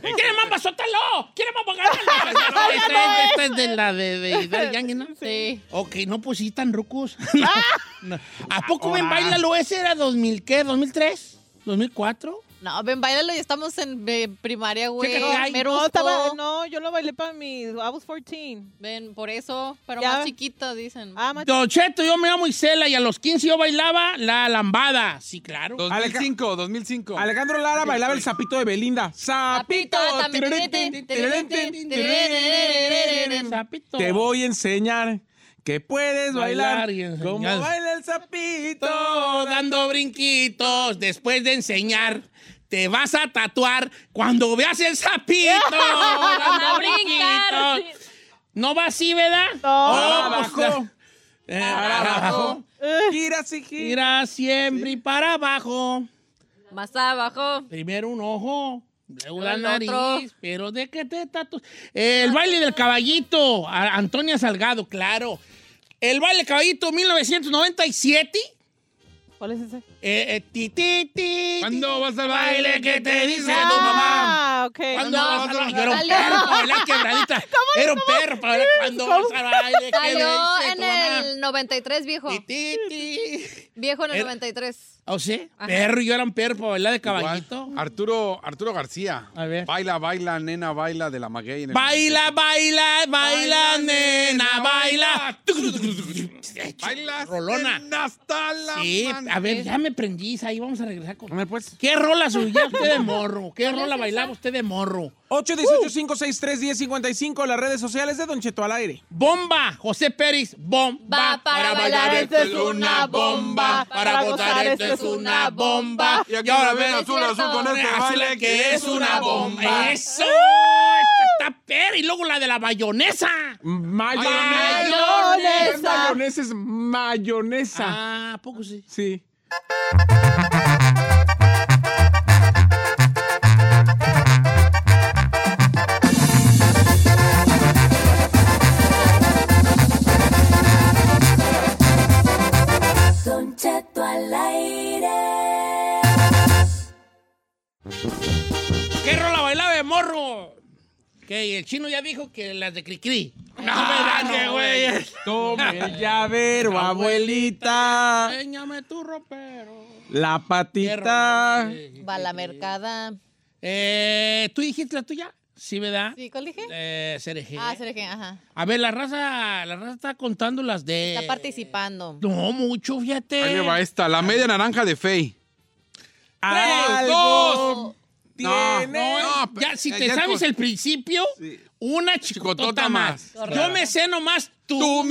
Speaker 2: ¿Quiere mamba? ¡Suéltalo! ¿Quiere mamba? ¡Gánalo! Esta, esta es de la de, de, de Yankee, ¿no?
Speaker 4: Sí.
Speaker 2: Ok, no, pues sí, tan rucos. No,
Speaker 4: Ah.
Speaker 2: no. ¿A poco ven bailalo? ¿Ese era 2000 qué? ¿2003? ¿2004?
Speaker 4: No, ven, bailalo y estamos en eh, primaria, güey.
Speaker 2: Chécate, ay,
Speaker 4: Mero
Speaker 6: No,
Speaker 4: school.
Speaker 6: estaba- no, yo lo bailé para mi. I was 14.
Speaker 4: Ven, por eso, pero
Speaker 6: Ya.
Speaker 4: más chiquita, dicen.
Speaker 6: Ah, macho.
Speaker 2: Don Cheto, yo me llamo Isela y a los 15 yo bailaba la lambada. Sí, claro.
Speaker 3: 2005, 2005.
Speaker 5: Alejandro Lara bailaba el sapito de Belinda. ¡Sapito!
Speaker 4: también.
Speaker 5: tirurín, tirurín, tirurín, tirurín.
Speaker 2: Zapito.
Speaker 5: Te voy a enseñar que puedes
Speaker 2: Bailar
Speaker 5: bailar,
Speaker 2: y enseñar.
Speaker 5: como baila el sapito.
Speaker 2: Todo dando brinquitos después de enseñar. Te vas a tatuar cuando veas el sapito. dando
Speaker 4: A brincar.
Speaker 2: brinquitos. ¿No va así, verdad? No.
Speaker 5: Ahora bajó.
Speaker 2: ahora bajó.
Speaker 5: Gira, sí, gira.
Speaker 2: Mira siempre para abajo.
Speaker 4: Más abajo.
Speaker 2: Primero un ojo, luego
Speaker 4: Luego
Speaker 2: la
Speaker 4: el
Speaker 2: nariz,
Speaker 4: otro.
Speaker 2: pero ¿de qué te tatu- El baile del caballito, a- Antonia Salgado, claro. El baile del caballito 1997.
Speaker 6: ¿Cuál es ese?
Speaker 2: Eh, eh, ti, ti, ti,
Speaker 3: ¿Cuándo vas al
Speaker 2: baile que te dice
Speaker 6: ah,
Speaker 2: tu mamá?
Speaker 6: ok.
Speaker 2: ¿Cuándo
Speaker 6: No,
Speaker 2: vas al baile? Yo era un
Speaker 4: Salió.
Speaker 2: perro para bailar quebradita. Era un perro para bailar. ¿Cuándo vas al baile que te
Speaker 4: Salió
Speaker 2: dice
Speaker 4: en
Speaker 2: tu mamá?
Speaker 4: el 93, viejo.
Speaker 2: Ti, ti, ti.
Speaker 4: Viejo en el
Speaker 2: Era-
Speaker 4: 93.
Speaker 2: ¿O sí?
Speaker 4: Ajá.
Speaker 2: Perro, yo era un perro para bailar de caballito.
Speaker 3: Igual. Arturo, Arturo García.
Speaker 2: A ver.
Speaker 3: Baila, baila, nena, baila de la maguey. en el-
Speaker 2: Baila, baila, baila,
Speaker 3: Baila,
Speaker 2: nena,
Speaker 3: nena,
Speaker 2: baila.
Speaker 3: Baila.
Speaker 2: Rolona.
Speaker 3: nena, Hasta la
Speaker 2: Sí, a ver,
Speaker 3: amanecer.
Speaker 2: ya me prendí, ahí vamos a regresar con.
Speaker 5: A ver, pues.
Speaker 2: ¿Qué rola subía usted de morro? ¿Qué rola bailaba usted de morro?
Speaker 5: 818-563-1055, las redes sociales de Don Cheto al aire.
Speaker 2: Bomba, José Pérez, bomba.
Speaker 4: Va para bailar,
Speaker 2: esto
Speaker 6: esto es una bomba.
Speaker 2: Para gozar esto es una bomba.
Speaker 3: Y aquí
Speaker 2: Y ahora
Speaker 3: la ven
Speaker 2: ven
Speaker 3: azul, azul con
Speaker 2: Azul,
Speaker 3: este baile
Speaker 2: que es una bomba. ¡Eso! Esta está perra. Y luego la de la bayonesa.
Speaker 5: Mayonesa.
Speaker 6: Mayonesa.
Speaker 5: Es mayonesa, es mayonesa.
Speaker 2: Ah, ¿a poco sí.
Speaker 5: Sí.
Speaker 2: ¿Qué rola bailaba de morro? Que el chino ya dijo que las de Cricri. No, no, güey.
Speaker 5: Tome el llavero, abuelita.
Speaker 2: Enséñame tu ropero.
Speaker 5: La patita.
Speaker 4: Va a la mercada.
Speaker 2: Eh, ¿Tú dijiste la tuya? Sí, ¿verdad?
Speaker 4: ¿Sí, cuál dije?
Speaker 2: Eh, Cereje.
Speaker 4: Ah, Sergio, ajá.
Speaker 2: A ver, la raza, la raza está contando las de...
Speaker 4: Está participando.
Speaker 2: No, mucho, fíjate.
Speaker 3: Ahí va esta, la media naranja de Fey.
Speaker 5: Algo
Speaker 3: dos.
Speaker 5: tiene-
Speaker 2: No,
Speaker 3: No,
Speaker 2: ya, si
Speaker 3: ya-
Speaker 2: te
Speaker 3: ya
Speaker 2: sabes
Speaker 3: con-
Speaker 2: el principio, una chicotota
Speaker 3: Chicotota
Speaker 2: más.
Speaker 3: más.
Speaker 2: Yo me sé nomás tú.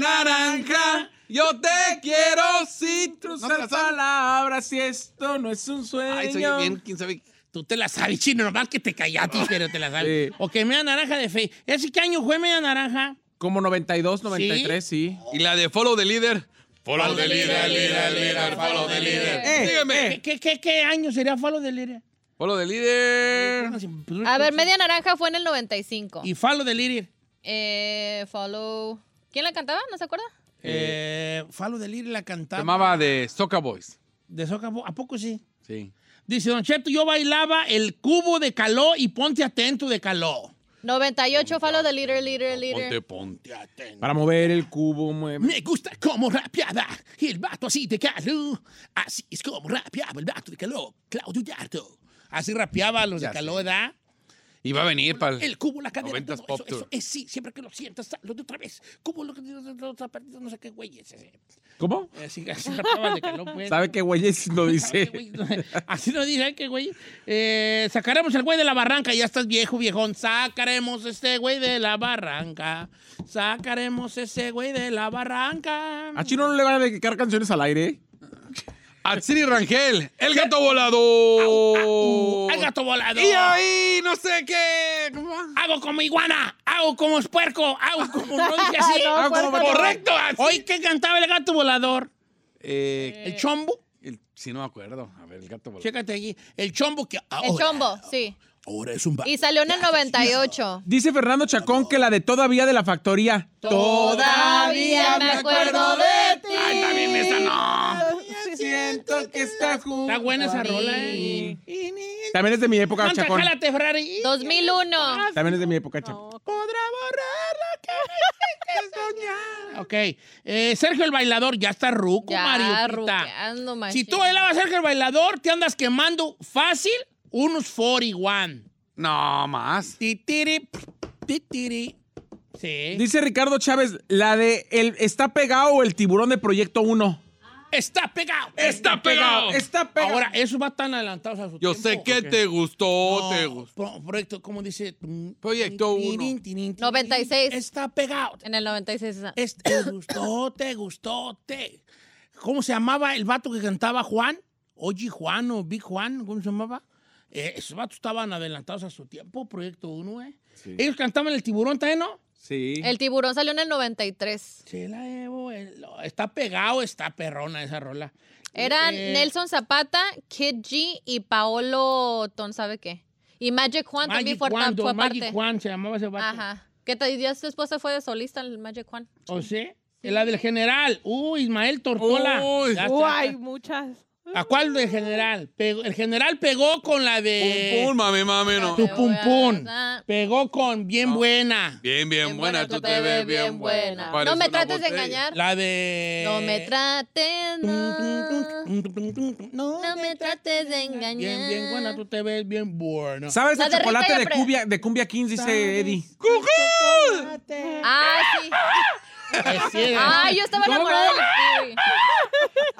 Speaker 3: naranja. Yo te quiero si tú
Speaker 5: No te la sabes. palabras si esto no es un sueño.
Speaker 3: Ay, soy bien, quién sabe.
Speaker 2: Tú te la sabes, chino, nomás que te callaste, pero te la sabes.
Speaker 5: Sí.
Speaker 2: O que media naranja de fe. ¿Ese qué año fue media naranja?
Speaker 5: Como 92, 93, sí.
Speaker 3: Y la de follow the leader. Follow the
Speaker 4: leader, leader, leader, follow the
Speaker 5: Eh,
Speaker 4: leader.
Speaker 2: ¿Qué, qué, qué, qué año sería Falo de Liria?
Speaker 3: Follow the leader.
Speaker 4: A ver, Media Naranja fue en el 95.
Speaker 2: Y Falo de Liria.
Speaker 4: Eh, follow. ¿Quién la cantaba? ¿No se acuerda?
Speaker 2: Eh, Falo de Liria la
Speaker 3: Se
Speaker 2: cantaba.
Speaker 3: llamaba de Soca Boys.
Speaker 2: De Soca Bo- ¿A poco sí?
Speaker 3: Sí.
Speaker 2: Dice Don Cheto, yo bailaba el cubo de caló y ponte atento de caló.
Speaker 4: 98, follow the leader, leader,
Speaker 3: Ponte,
Speaker 4: leader.
Speaker 3: ponte.
Speaker 5: Para mover el cubo, mueve.
Speaker 2: Me gusta como rapeaba el vato así de caló. Así es como rapeaba el vato de caló, Claudio Yarto. Así rapeaba los de
Speaker 3: Ya sé.
Speaker 2: caló, ¿verdad?
Speaker 3: Y va a venir para
Speaker 2: El cubo, la cadena,
Speaker 3: 90s
Speaker 2: todo
Speaker 3: Pop
Speaker 2: eso,
Speaker 3: Tour.
Speaker 2: eso es sí, siempre que lo sientas, lo de otra vez. Cubo, lo que lo otra partida, no sé qué güey es ese.
Speaker 5: ¿Cómo?
Speaker 2: Así, así rapeaba de caló, pues.
Speaker 5: ¿Sabe qué güeyes lo
Speaker 2: Ay,
Speaker 5: dice?
Speaker 2: güey, no, Así no dice, ay, que güey. Eh, sacaremos el güey de la barranca, ya estás viejo, viejón. Sacaremos este güey de la barranca. Sacaremos ese güey de la barranca.
Speaker 5: A Chino no le van a dedicar canciones al aire. ¿eh?
Speaker 3: Atsiri Rangel, el gato volador.
Speaker 2: Ah, uh, Al gato volador.
Speaker 3: Y ahí, no sé qué. ¿Cómo va?
Speaker 2: Hago como iguana, hago como puerco, hago como no dice así.
Speaker 6: No,
Speaker 2: hago como
Speaker 6: puerco no.
Speaker 2: correcto. así. Hoy que cantaba el gato volador,
Speaker 3: Eh,
Speaker 2: el chombo.
Speaker 3: el- sí, no me acuerdo. A ver, el gato volador.
Speaker 2: Chécate allí, el chombo que ahora,
Speaker 4: El chombo, sí.
Speaker 2: ahora es un vato.
Speaker 4: Y salió en el 98.
Speaker 5: Dice Fernando Chacón que la de todavía de la factoría.
Speaker 4: Todavía me acuerdo de ti.
Speaker 2: Ay, también esa no.
Speaker 5: Siento que está junto.
Speaker 2: Está buena esa rola, eh.
Speaker 5: También es de mi época,
Speaker 2: Canta,
Speaker 5: Chacón.
Speaker 2: jálate, Ferrari.
Speaker 4: 2001.
Speaker 5: También es de mi época, Chacón.
Speaker 2: No podrá borrar lo que me hiciste soñar. Ok. eh, Sergio el Bailador, ya está ruco,
Speaker 4: Ya,
Speaker 2: Mario.
Speaker 4: ruqueando,
Speaker 2: Si
Speaker 4: machín.
Speaker 2: tú bailabas Sergio el Bailador, te andas quemando fácil unos 41.
Speaker 3: No, más.
Speaker 2: Titiri, titiri. Sí.
Speaker 5: Dice Ricardo Chávez, la de el está pegado o el tiburón de Proyecto 1.
Speaker 2: Está pegado.
Speaker 3: Está pegado.
Speaker 5: Está pegado.
Speaker 2: Ahora, eso va tan adelantados a su
Speaker 3: Yo sé que te gustó, te gustó.
Speaker 2: Proyecto, ¿cómo dice? mm,
Speaker 3: Proyecto uno.
Speaker 4: 96.
Speaker 2: Está pegado.
Speaker 4: En el 96. esa.
Speaker 2: Es- te gustó, te gustó, te. ¿Cómo se llamaba el vato que cantaba Juan? Oye, Juan o Big Juan, ¿cómo se llamaba? Eh, esos vatos estaban adelantados a su tiempo, Proyecto 1, ¿eh?
Speaker 3: Sí.
Speaker 2: Ellos cantaban el tiburón también, ¿no?
Speaker 3: Sí.
Speaker 2: Eh,
Speaker 4: El tiburón salió en el 93.
Speaker 2: Sí, la Evo, el- está pegado, está perrona esa rola.
Speaker 4: Eran
Speaker 2: Eh,
Speaker 4: Nelson Zapata, Kid G y Paolo Ton, ¿sabe qué? Y Magic Juan también
Speaker 2: Magic
Speaker 4: fue,
Speaker 2: Juan,
Speaker 4: fue
Speaker 2: Don Magic
Speaker 4: parte.
Speaker 2: Juan se llamaba ese vato.
Speaker 4: Ajá. Que ta- ya su esposa fue de solista en el Magic Juan.
Speaker 2: O sea, la del general. Uy, Ismael Tortola.
Speaker 3: Uy.
Speaker 2: Ya
Speaker 6: Uy,
Speaker 2: está.
Speaker 6: hay muchas.
Speaker 2: ¿A cuál del general? Pegó- el general pegó con la de...
Speaker 3: Pum, pum, mami, mami, no.
Speaker 2: Tu
Speaker 4: Te
Speaker 2: pum
Speaker 4: voy a
Speaker 2: pum.
Speaker 4: besar.
Speaker 2: Pegó con bien buena.
Speaker 3: Bien, bien, buena, tú te ves bien buena.
Speaker 4: No
Speaker 3: Parece
Speaker 4: me
Speaker 3: una
Speaker 4: trates de
Speaker 3: botella.
Speaker 4: engañar.
Speaker 2: La eh. de... Mm,
Speaker 4: No me trates. No,
Speaker 2: No,
Speaker 4: No me trates de engañar.
Speaker 2: Bien, bien buena, tú te ves bien buena.
Speaker 5: ¿Sabes
Speaker 4: La
Speaker 5: el
Speaker 4: de
Speaker 5: chocolate
Speaker 4: Rita y
Speaker 5: de
Speaker 4: Fre-
Speaker 5: cumbia, de cumbia Kings, dice Eddie?
Speaker 4: Ah, sí.
Speaker 2: Eh, sí, eh.
Speaker 4: Ah, yo estaba
Speaker 2: ¿Cómo?
Speaker 4: enamorada del kiwi.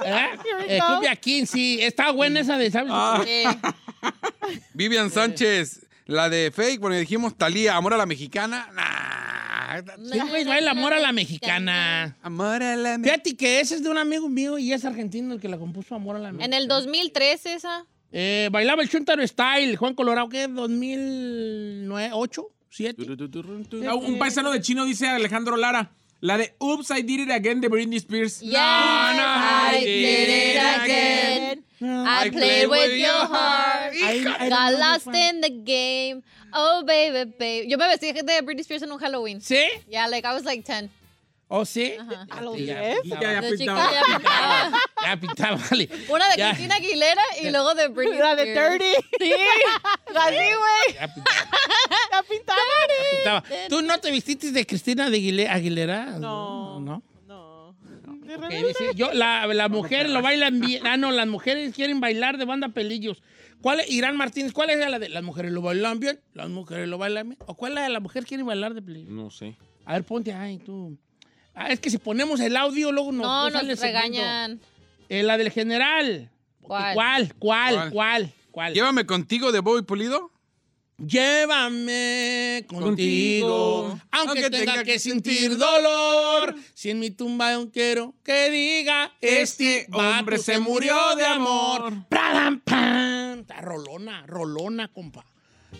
Speaker 2: ¿Eh?
Speaker 6: we
Speaker 2: Eh,
Speaker 6: go.
Speaker 2: cumbia 15. Está buena esa de, ¿sabes?
Speaker 4: Ah. Sí.
Speaker 3: Vivian Sánchez, la de Fake, bueno, dijimos Talía, Amor a la Mexicana. Nah.
Speaker 2: Sí, güey, baila amor a la mexicana.
Speaker 3: Amor a la Mexicana.
Speaker 2: Fíjate que esa es de un amigo mío y es argentino el que la compuso Amor a la
Speaker 4: En
Speaker 2: Mexicana.
Speaker 4: el 2003 esa.
Speaker 2: Eh, bailaba el Chuntaro Style, Juan Colorado, ¿qué? ¿2009? ¿8? ¿7?
Speaker 5: Ah, Un paisano de chino dice Alejandro Lara. La de Oops, I Did It Again de Britney Spears.
Speaker 4: Yes, I did it again. I played with your heart. Got lost in the game. Oh, baby, baby. Yo me vestí de Britney Spears en un Halloween.
Speaker 2: ¿Sí?
Speaker 4: Yeah, like I was like 10.
Speaker 2: ¿O sí?
Speaker 6: ¿A los
Speaker 2: Ya,
Speaker 6: 10?
Speaker 5: Ya,
Speaker 2: ya,
Speaker 5: ya,
Speaker 4: La
Speaker 5: pues,
Speaker 4: chica
Speaker 5: no.
Speaker 4: ya pintaba.
Speaker 2: Ya pintaba, vale.
Speaker 4: Una de
Speaker 2: Ya.
Speaker 4: Cristina Aguilera y luego de Britney
Speaker 6: La de
Speaker 4: Spears.
Speaker 6: Dirty.
Speaker 4: Sí, así, güey.
Speaker 2: Ya pintaba,
Speaker 6: La pintada.
Speaker 2: Ah, pues, ya pintaba. ¿Tú no te vestiste de Cristina de Aguile- Aguilera?
Speaker 6: No.
Speaker 2: ¿No?
Speaker 6: No.
Speaker 2: Ok, dice, yo, la, la mujer lo bailan bien. Ah, no, las mujeres quieren bailar de banda pelillos. ¿Cuál es, Irán Martínez, ¿cuál es la de las mujeres lo bailan bien? Las mujeres lo bailan bien. ¿O cuál es la de las mujeres quieren bailar de pelillos?
Speaker 5: No sé.
Speaker 2: A ver, ponte ahí tú. Ah, es que si ponemos el audio, luego nos,
Speaker 4: No,
Speaker 2: sale el
Speaker 4: nos
Speaker 2: segundo.
Speaker 4: regañan.
Speaker 2: Eh, la del general.
Speaker 4: ¿Cuál?
Speaker 2: ¿Cuál? ¿Cuál?
Speaker 3: ¿Cuál?
Speaker 2: ¿Cuál? ¿Cuál?
Speaker 3: Llévame contigo de Bobby Pulido.
Speaker 2: Llévame contigo,
Speaker 3: Contigo,
Speaker 2: aunque, tenga, que, sentir dolor. Si en mi tumba aún quiero que diga,
Speaker 5: Este
Speaker 2: este hombre
Speaker 5: hombre
Speaker 2: se
Speaker 5: se
Speaker 2: murió de amor.
Speaker 5: amor.
Speaker 2: Pradam, pam. Está rolona, rolona, compa.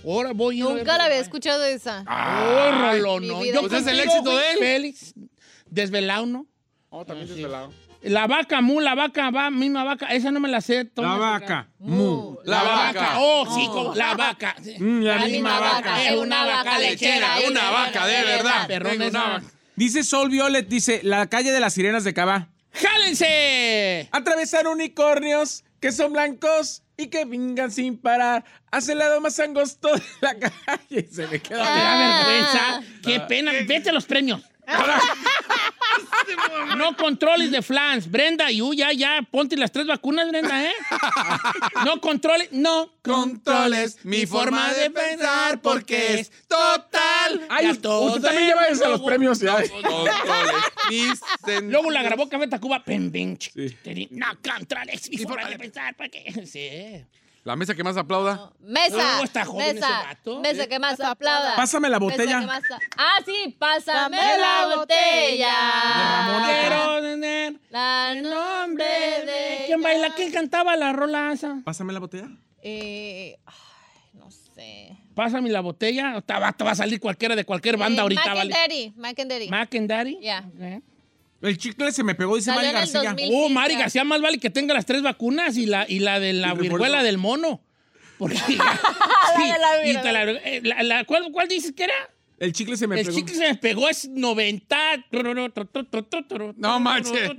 Speaker 2: Ahora voy a ir a
Speaker 4: Nunca
Speaker 2: ver-
Speaker 4: la había escuchado esa.
Speaker 6: Ah.
Speaker 2: Oh, rolona.
Speaker 4: mi vida.
Speaker 2: Yo
Speaker 4: Pues
Speaker 3: es el
Speaker 2: contigo,
Speaker 3: éxito
Speaker 2: güey,
Speaker 3: de él.
Speaker 2: Félix, desvelado, ¿no? Ah,
Speaker 3: Oh, también desvelado.
Speaker 2: La vaca mu, la vaca va, misma vaca. Esa no me la sé.
Speaker 5: La
Speaker 2: toma.
Speaker 5: vaca. Mu.
Speaker 3: La vaca.
Speaker 2: Oh, sí, como la vaca.
Speaker 5: Mm, la
Speaker 4: La misma vaca.
Speaker 2: Es una vaca lechera.
Speaker 4: es
Speaker 3: Una vaca de verdad.
Speaker 2: Perrón
Speaker 3: Tengo
Speaker 2: esa.
Speaker 3: una vaca.
Speaker 5: Dice Sol Violet, dice La calle de las sirenas de Cabá.
Speaker 2: ¡Jálense!
Speaker 5: Atravesar unicornios que son blancos y que vingan sin parar. Hace el lado más angosto de la calle. Se me queda.
Speaker 2: ¡Qué
Speaker 4: Ah.
Speaker 2: vergüenza! ¡Qué pena! ¡Vete a los premios! No controles de flans, Brenda. Y uy, ya, ya, ponte las tres vacunas, Brenda, ¿eh? No controles, no
Speaker 3: Controles mi forma de pensar porque es
Speaker 4: Ah,
Speaker 3: total.
Speaker 5: Ay,
Speaker 2: Ya
Speaker 5: usted
Speaker 2: todo
Speaker 5: también lleva eso a los
Speaker 2: mundo-
Speaker 5: premios, ya.
Speaker 3: Controles mis sentidos.
Speaker 2: Luego la grabó Café Cuba. Pem, pem, ch-
Speaker 5: Sí.
Speaker 2: te di- No controles mi forma de pensar porque... Sí.
Speaker 3: La mesa que más aplauda.
Speaker 4: Mesa.
Speaker 2: No, está joven
Speaker 4: mesa.
Speaker 2: ese vato.
Speaker 4: Mesa que más aplauda.
Speaker 5: Pásame la
Speaker 4: Mesa que
Speaker 5: botella.
Speaker 4: más a- Ah, sí,
Speaker 6: Dame
Speaker 4: pásame la
Speaker 6: la
Speaker 4: botella.
Speaker 2: Quiero tener
Speaker 4: La
Speaker 2: el
Speaker 4: nombre de.
Speaker 2: ¿Quién
Speaker 4: ella.
Speaker 2: baila? ¿Quién cantaba la rola esa?
Speaker 5: Pásame la botella.
Speaker 4: Eh, ay, no sé.
Speaker 2: Pásame la botella. Te va, te va a salir cualquiera de cualquier banda
Speaker 4: Eh,
Speaker 2: ahorita,
Speaker 4: Mac and
Speaker 2: ¿vale?
Speaker 4: Daddy. Mac and Daddy.
Speaker 2: Mac and Daddy.
Speaker 4: Ya.
Speaker 2: Ok.
Speaker 5: El chicle se me pegó, dice
Speaker 4: Salió
Speaker 5: Mari
Speaker 4: en el
Speaker 5: García.
Speaker 4: 2000.
Speaker 2: Oh, Mari García, más vale que tenga las tres vacunas y la, y la de la
Speaker 5: remolque.
Speaker 2: viruela del mono. Porque. Sí,
Speaker 4: de la
Speaker 2: y te la- eh, la- la- ¿cuál, cuál dices que era?
Speaker 5: El chicle se me
Speaker 2: El
Speaker 5: pegó.
Speaker 2: chicle se me pegó, es 90.
Speaker 3: No manches.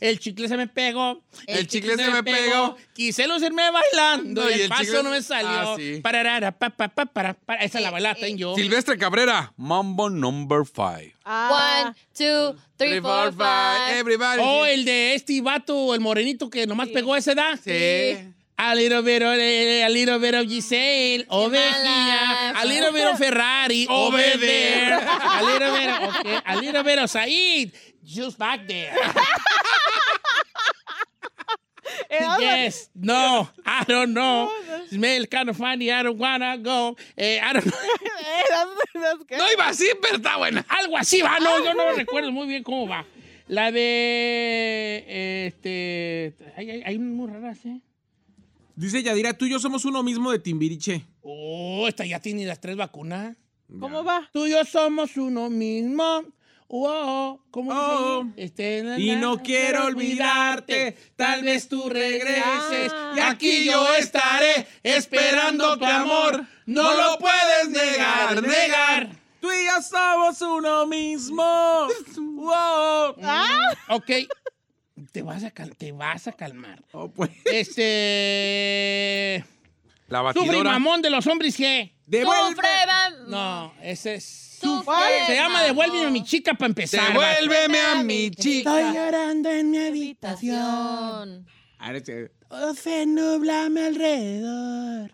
Speaker 2: El chicle se me pegó.
Speaker 3: El chicle se me pegó.
Speaker 2: Quise lucirme bailando
Speaker 3: No,
Speaker 2: y
Speaker 3: y
Speaker 2: el
Speaker 3: el
Speaker 2: paso
Speaker 3: chicle-
Speaker 2: no me salió.
Speaker 3: Ah, sí.
Speaker 2: Pararara, pa, pa, pa, para, para. Esa la bailata en yo.
Speaker 3: Silvestre Cabrera, Mambo number five.
Speaker 6: Ah,
Speaker 2: Ah.
Speaker 4: One, two, three, four, five. Eh,
Speaker 3: Everybody.
Speaker 2: O el de este vato, el morenito que nomás pegó a esa edad.
Speaker 3: Sí.
Speaker 2: A little bit of, eh, a little bit of Giselle, ovejía.
Speaker 4: mala.
Speaker 2: A little bit of Ferrari, over,
Speaker 3: Over
Speaker 2: there.
Speaker 3: there.
Speaker 2: A little bit of, okay. A little bit of Said, just back there. yes, no, I don't know. Smell kind of funny, I don't wanna go. Eh, I don't know.
Speaker 3: No iba así, pero está buena.
Speaker 2: Algo así va, no, yo no recuerdo muy bien cómo va. La de. Este. Hay, hay, hay unas muy raras, ¿eh?
Speaker 5: Dice Yadira, tú y yo somos uno mismo de Timbiriche.
Speaker 2: Oh, esta ya tiene las tres vacunas.
Speaker 6: ¿Cómo va?
Speaker 2: Tú y yo somos uno mismo. Wow, ¿cómo dice
Speaker 5: Oh.
Speaker 2: ahí? Este, na,
Speaker 5: Y
Speaker 2: na,
Speaker 5: no quiero olvidarte, tal vez tú regreses. Y aquí yo estaré esperando tu amor. No lo puedes negar, negar. Tú y yo somos uno mismo. Wow.
Speaker 2: Ok. Te vas a, cal- te vas a calmar.
Speaker 5: Oh, pues.
Speaker 2: Este.
Speaker 3: La
Speaker 2: Sufre
Speaker 3: batidora.
Speaker 2: mamón de los hombres que.
Speaker 5: Devuelve.
Speaker 4: Sufre, mam-
Speaker 2: No, ese es.
Speaker 4: Sufre,
Speaker 2: Se llama
Speaker 4: mamón.
Speaker 2: Devuélveme a mi chica para empezar.
Speaker 3: Devuélveme a mi
Speaker 2: Estoy
Speaker 3: chica.
Speaker 2: llorando en mi
Speaker 4: Habitación.
Speaker 5: Ahora sí.
Speaker 2: Todo se nubla a mi alrededor.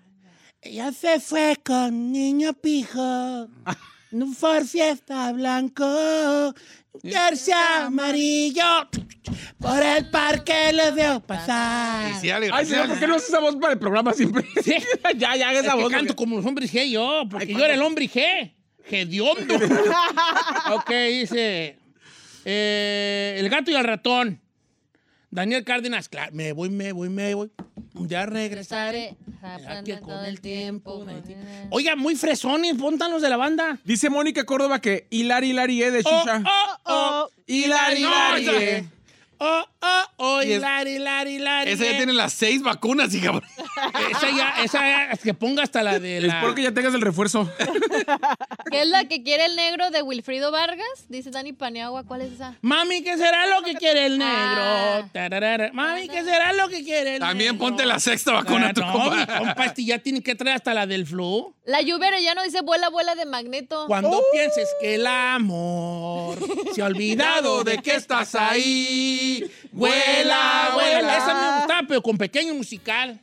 Speaker 2: Ella se fue con niño pijo. Un Ford Fiesta blanco. Un Tercia amarillo. Por el parque los veo pasar.
Speaker 3: Sí, Ale,
Speaker 5: Ay, señor, ¿por qué no haces esa voz para el programa siempre? ya, ya, haga
Speaker 2: Es
Speaker 5: esa
Speaker 2: que
Speaker 5: voz.
Speaker 2: canto como los hombres G yo, porque yo era el hombre G. Gediondo. ok, dice. eh, el gato y el ratón. Daniel Cárdenas, claro. Me voy, me voy, me voy. Ya regresaré.
Speaker 4: Regresaré.
Speaker 2: Aquí
Speaker 4: Aprende
Speaker 2: con el tiempo. con el tiempo.
Speaker 4: Oye,
Speaker 2: Oiga, muy fresones, póntanos de la banda.
Speaker 5: Dice Mónica Córdoba que Hilari, Hilari, eh, de
Speaker 2: Oh,
Speaker 5: Chucha.
Speaker 2: oh, oh.
Speaker 5: Hilari,
Speaker 2: No,
Speaker 5: Hilari,
Speaker 2: esa-
Speaker 5: eh.
Speaker 2: Oh, oh, oh,
Speaker 3: Y es-
Speaker 2: Hilari, Hilari, Hilari.
Speaker 3: Esa ya
Speaker 2: eh.
Speaker 3: tiene las seis vacunas, hija.
Speaker 2: Esa ya, esa ya, es que ponga hasta la de
Speaker 5: Es
Speaker 2: la...
Speaker 5: porque ya tengas el refuerzo.
Speaker 4: ¿Qué es la que quiere el negro de Wilfrido Vargas? Dice Dani Paniagua. ¿Cuál es esa?
Speaker 2: Mami, ¿qué será lo que quiere el negro?
Speaker 4: Ah.
Speaker 2: Tararara. Mami, ¿qué será lo que quiere el
Speaker 3: También
Speaker 2: negro?
Speaker 3: ponte la sexta vacuna,
Speaker 2: Ah,
Speaker 3: tu
Speaker 2: no, mi
Speaker 3: compa.
Speaker 2: compa, este ya tiene que traer hasta la del flu.
Speaker 4: La lluvia ya no dice vuela, vuela de magneto.
Speaker 2: Cuando pienses que el amor se ha olvidado de que estás ahí, vuela, vuela. Esa me gustaba, pero con pequeño musical.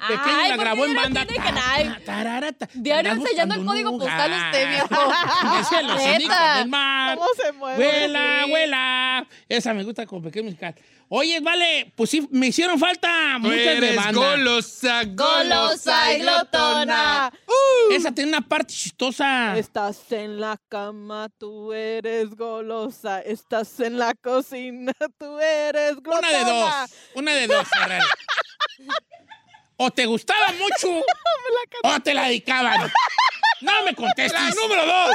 Speaker 2: Pequeño
Speaker 4: Ay, ¿por
Speaker 2: la
Speaker 4: qué
Speaker 2: grabó en
Speaker 4: diario
Speaker 2: banda.
Speaker 4: tiene que-
Speaker 2: Ta-
Speaker 4: ay,
Speaker 2: ta- tarara, ta-
Speaker 4: diario
Speaker 2: andaba
Speaker 4: enseñando el
Speaker 2: buscando
Speaker 4: código
Speaker 2: un
Speaker 4: postal
Speaker 2: lugar.
Speaker 4: usted, viejo.
Speaker 2: Decía los
Speaker 4: Neta.
Speaker 2: indígenas del mar.
Speaker 6: ¿Cómo se mueve?
Speaker 2: Vuela,
Speaker 6: Sí.
Speaker 2: vuela. Esa me gusta con pequeño musical. Oye, vale, pues sí, me hicieron falta
Speaker 3: Tú
Speaker 2: muchas de
Speaker 3: eres
Speaker 2: banda.
Speaker 3: golosa, golosa y glotona.
Speaker 2: Esa tiene una parte chistosa.
Speaker 6: Ah. Este, Estás en la cama, tú eres golosa. Estás en la cocina, tú eres glotona.
Speaker 2: Una de dos. Una de dos, Ferrari. O te gustaba mucho o te la dedicaban. No me contestes. La número dos.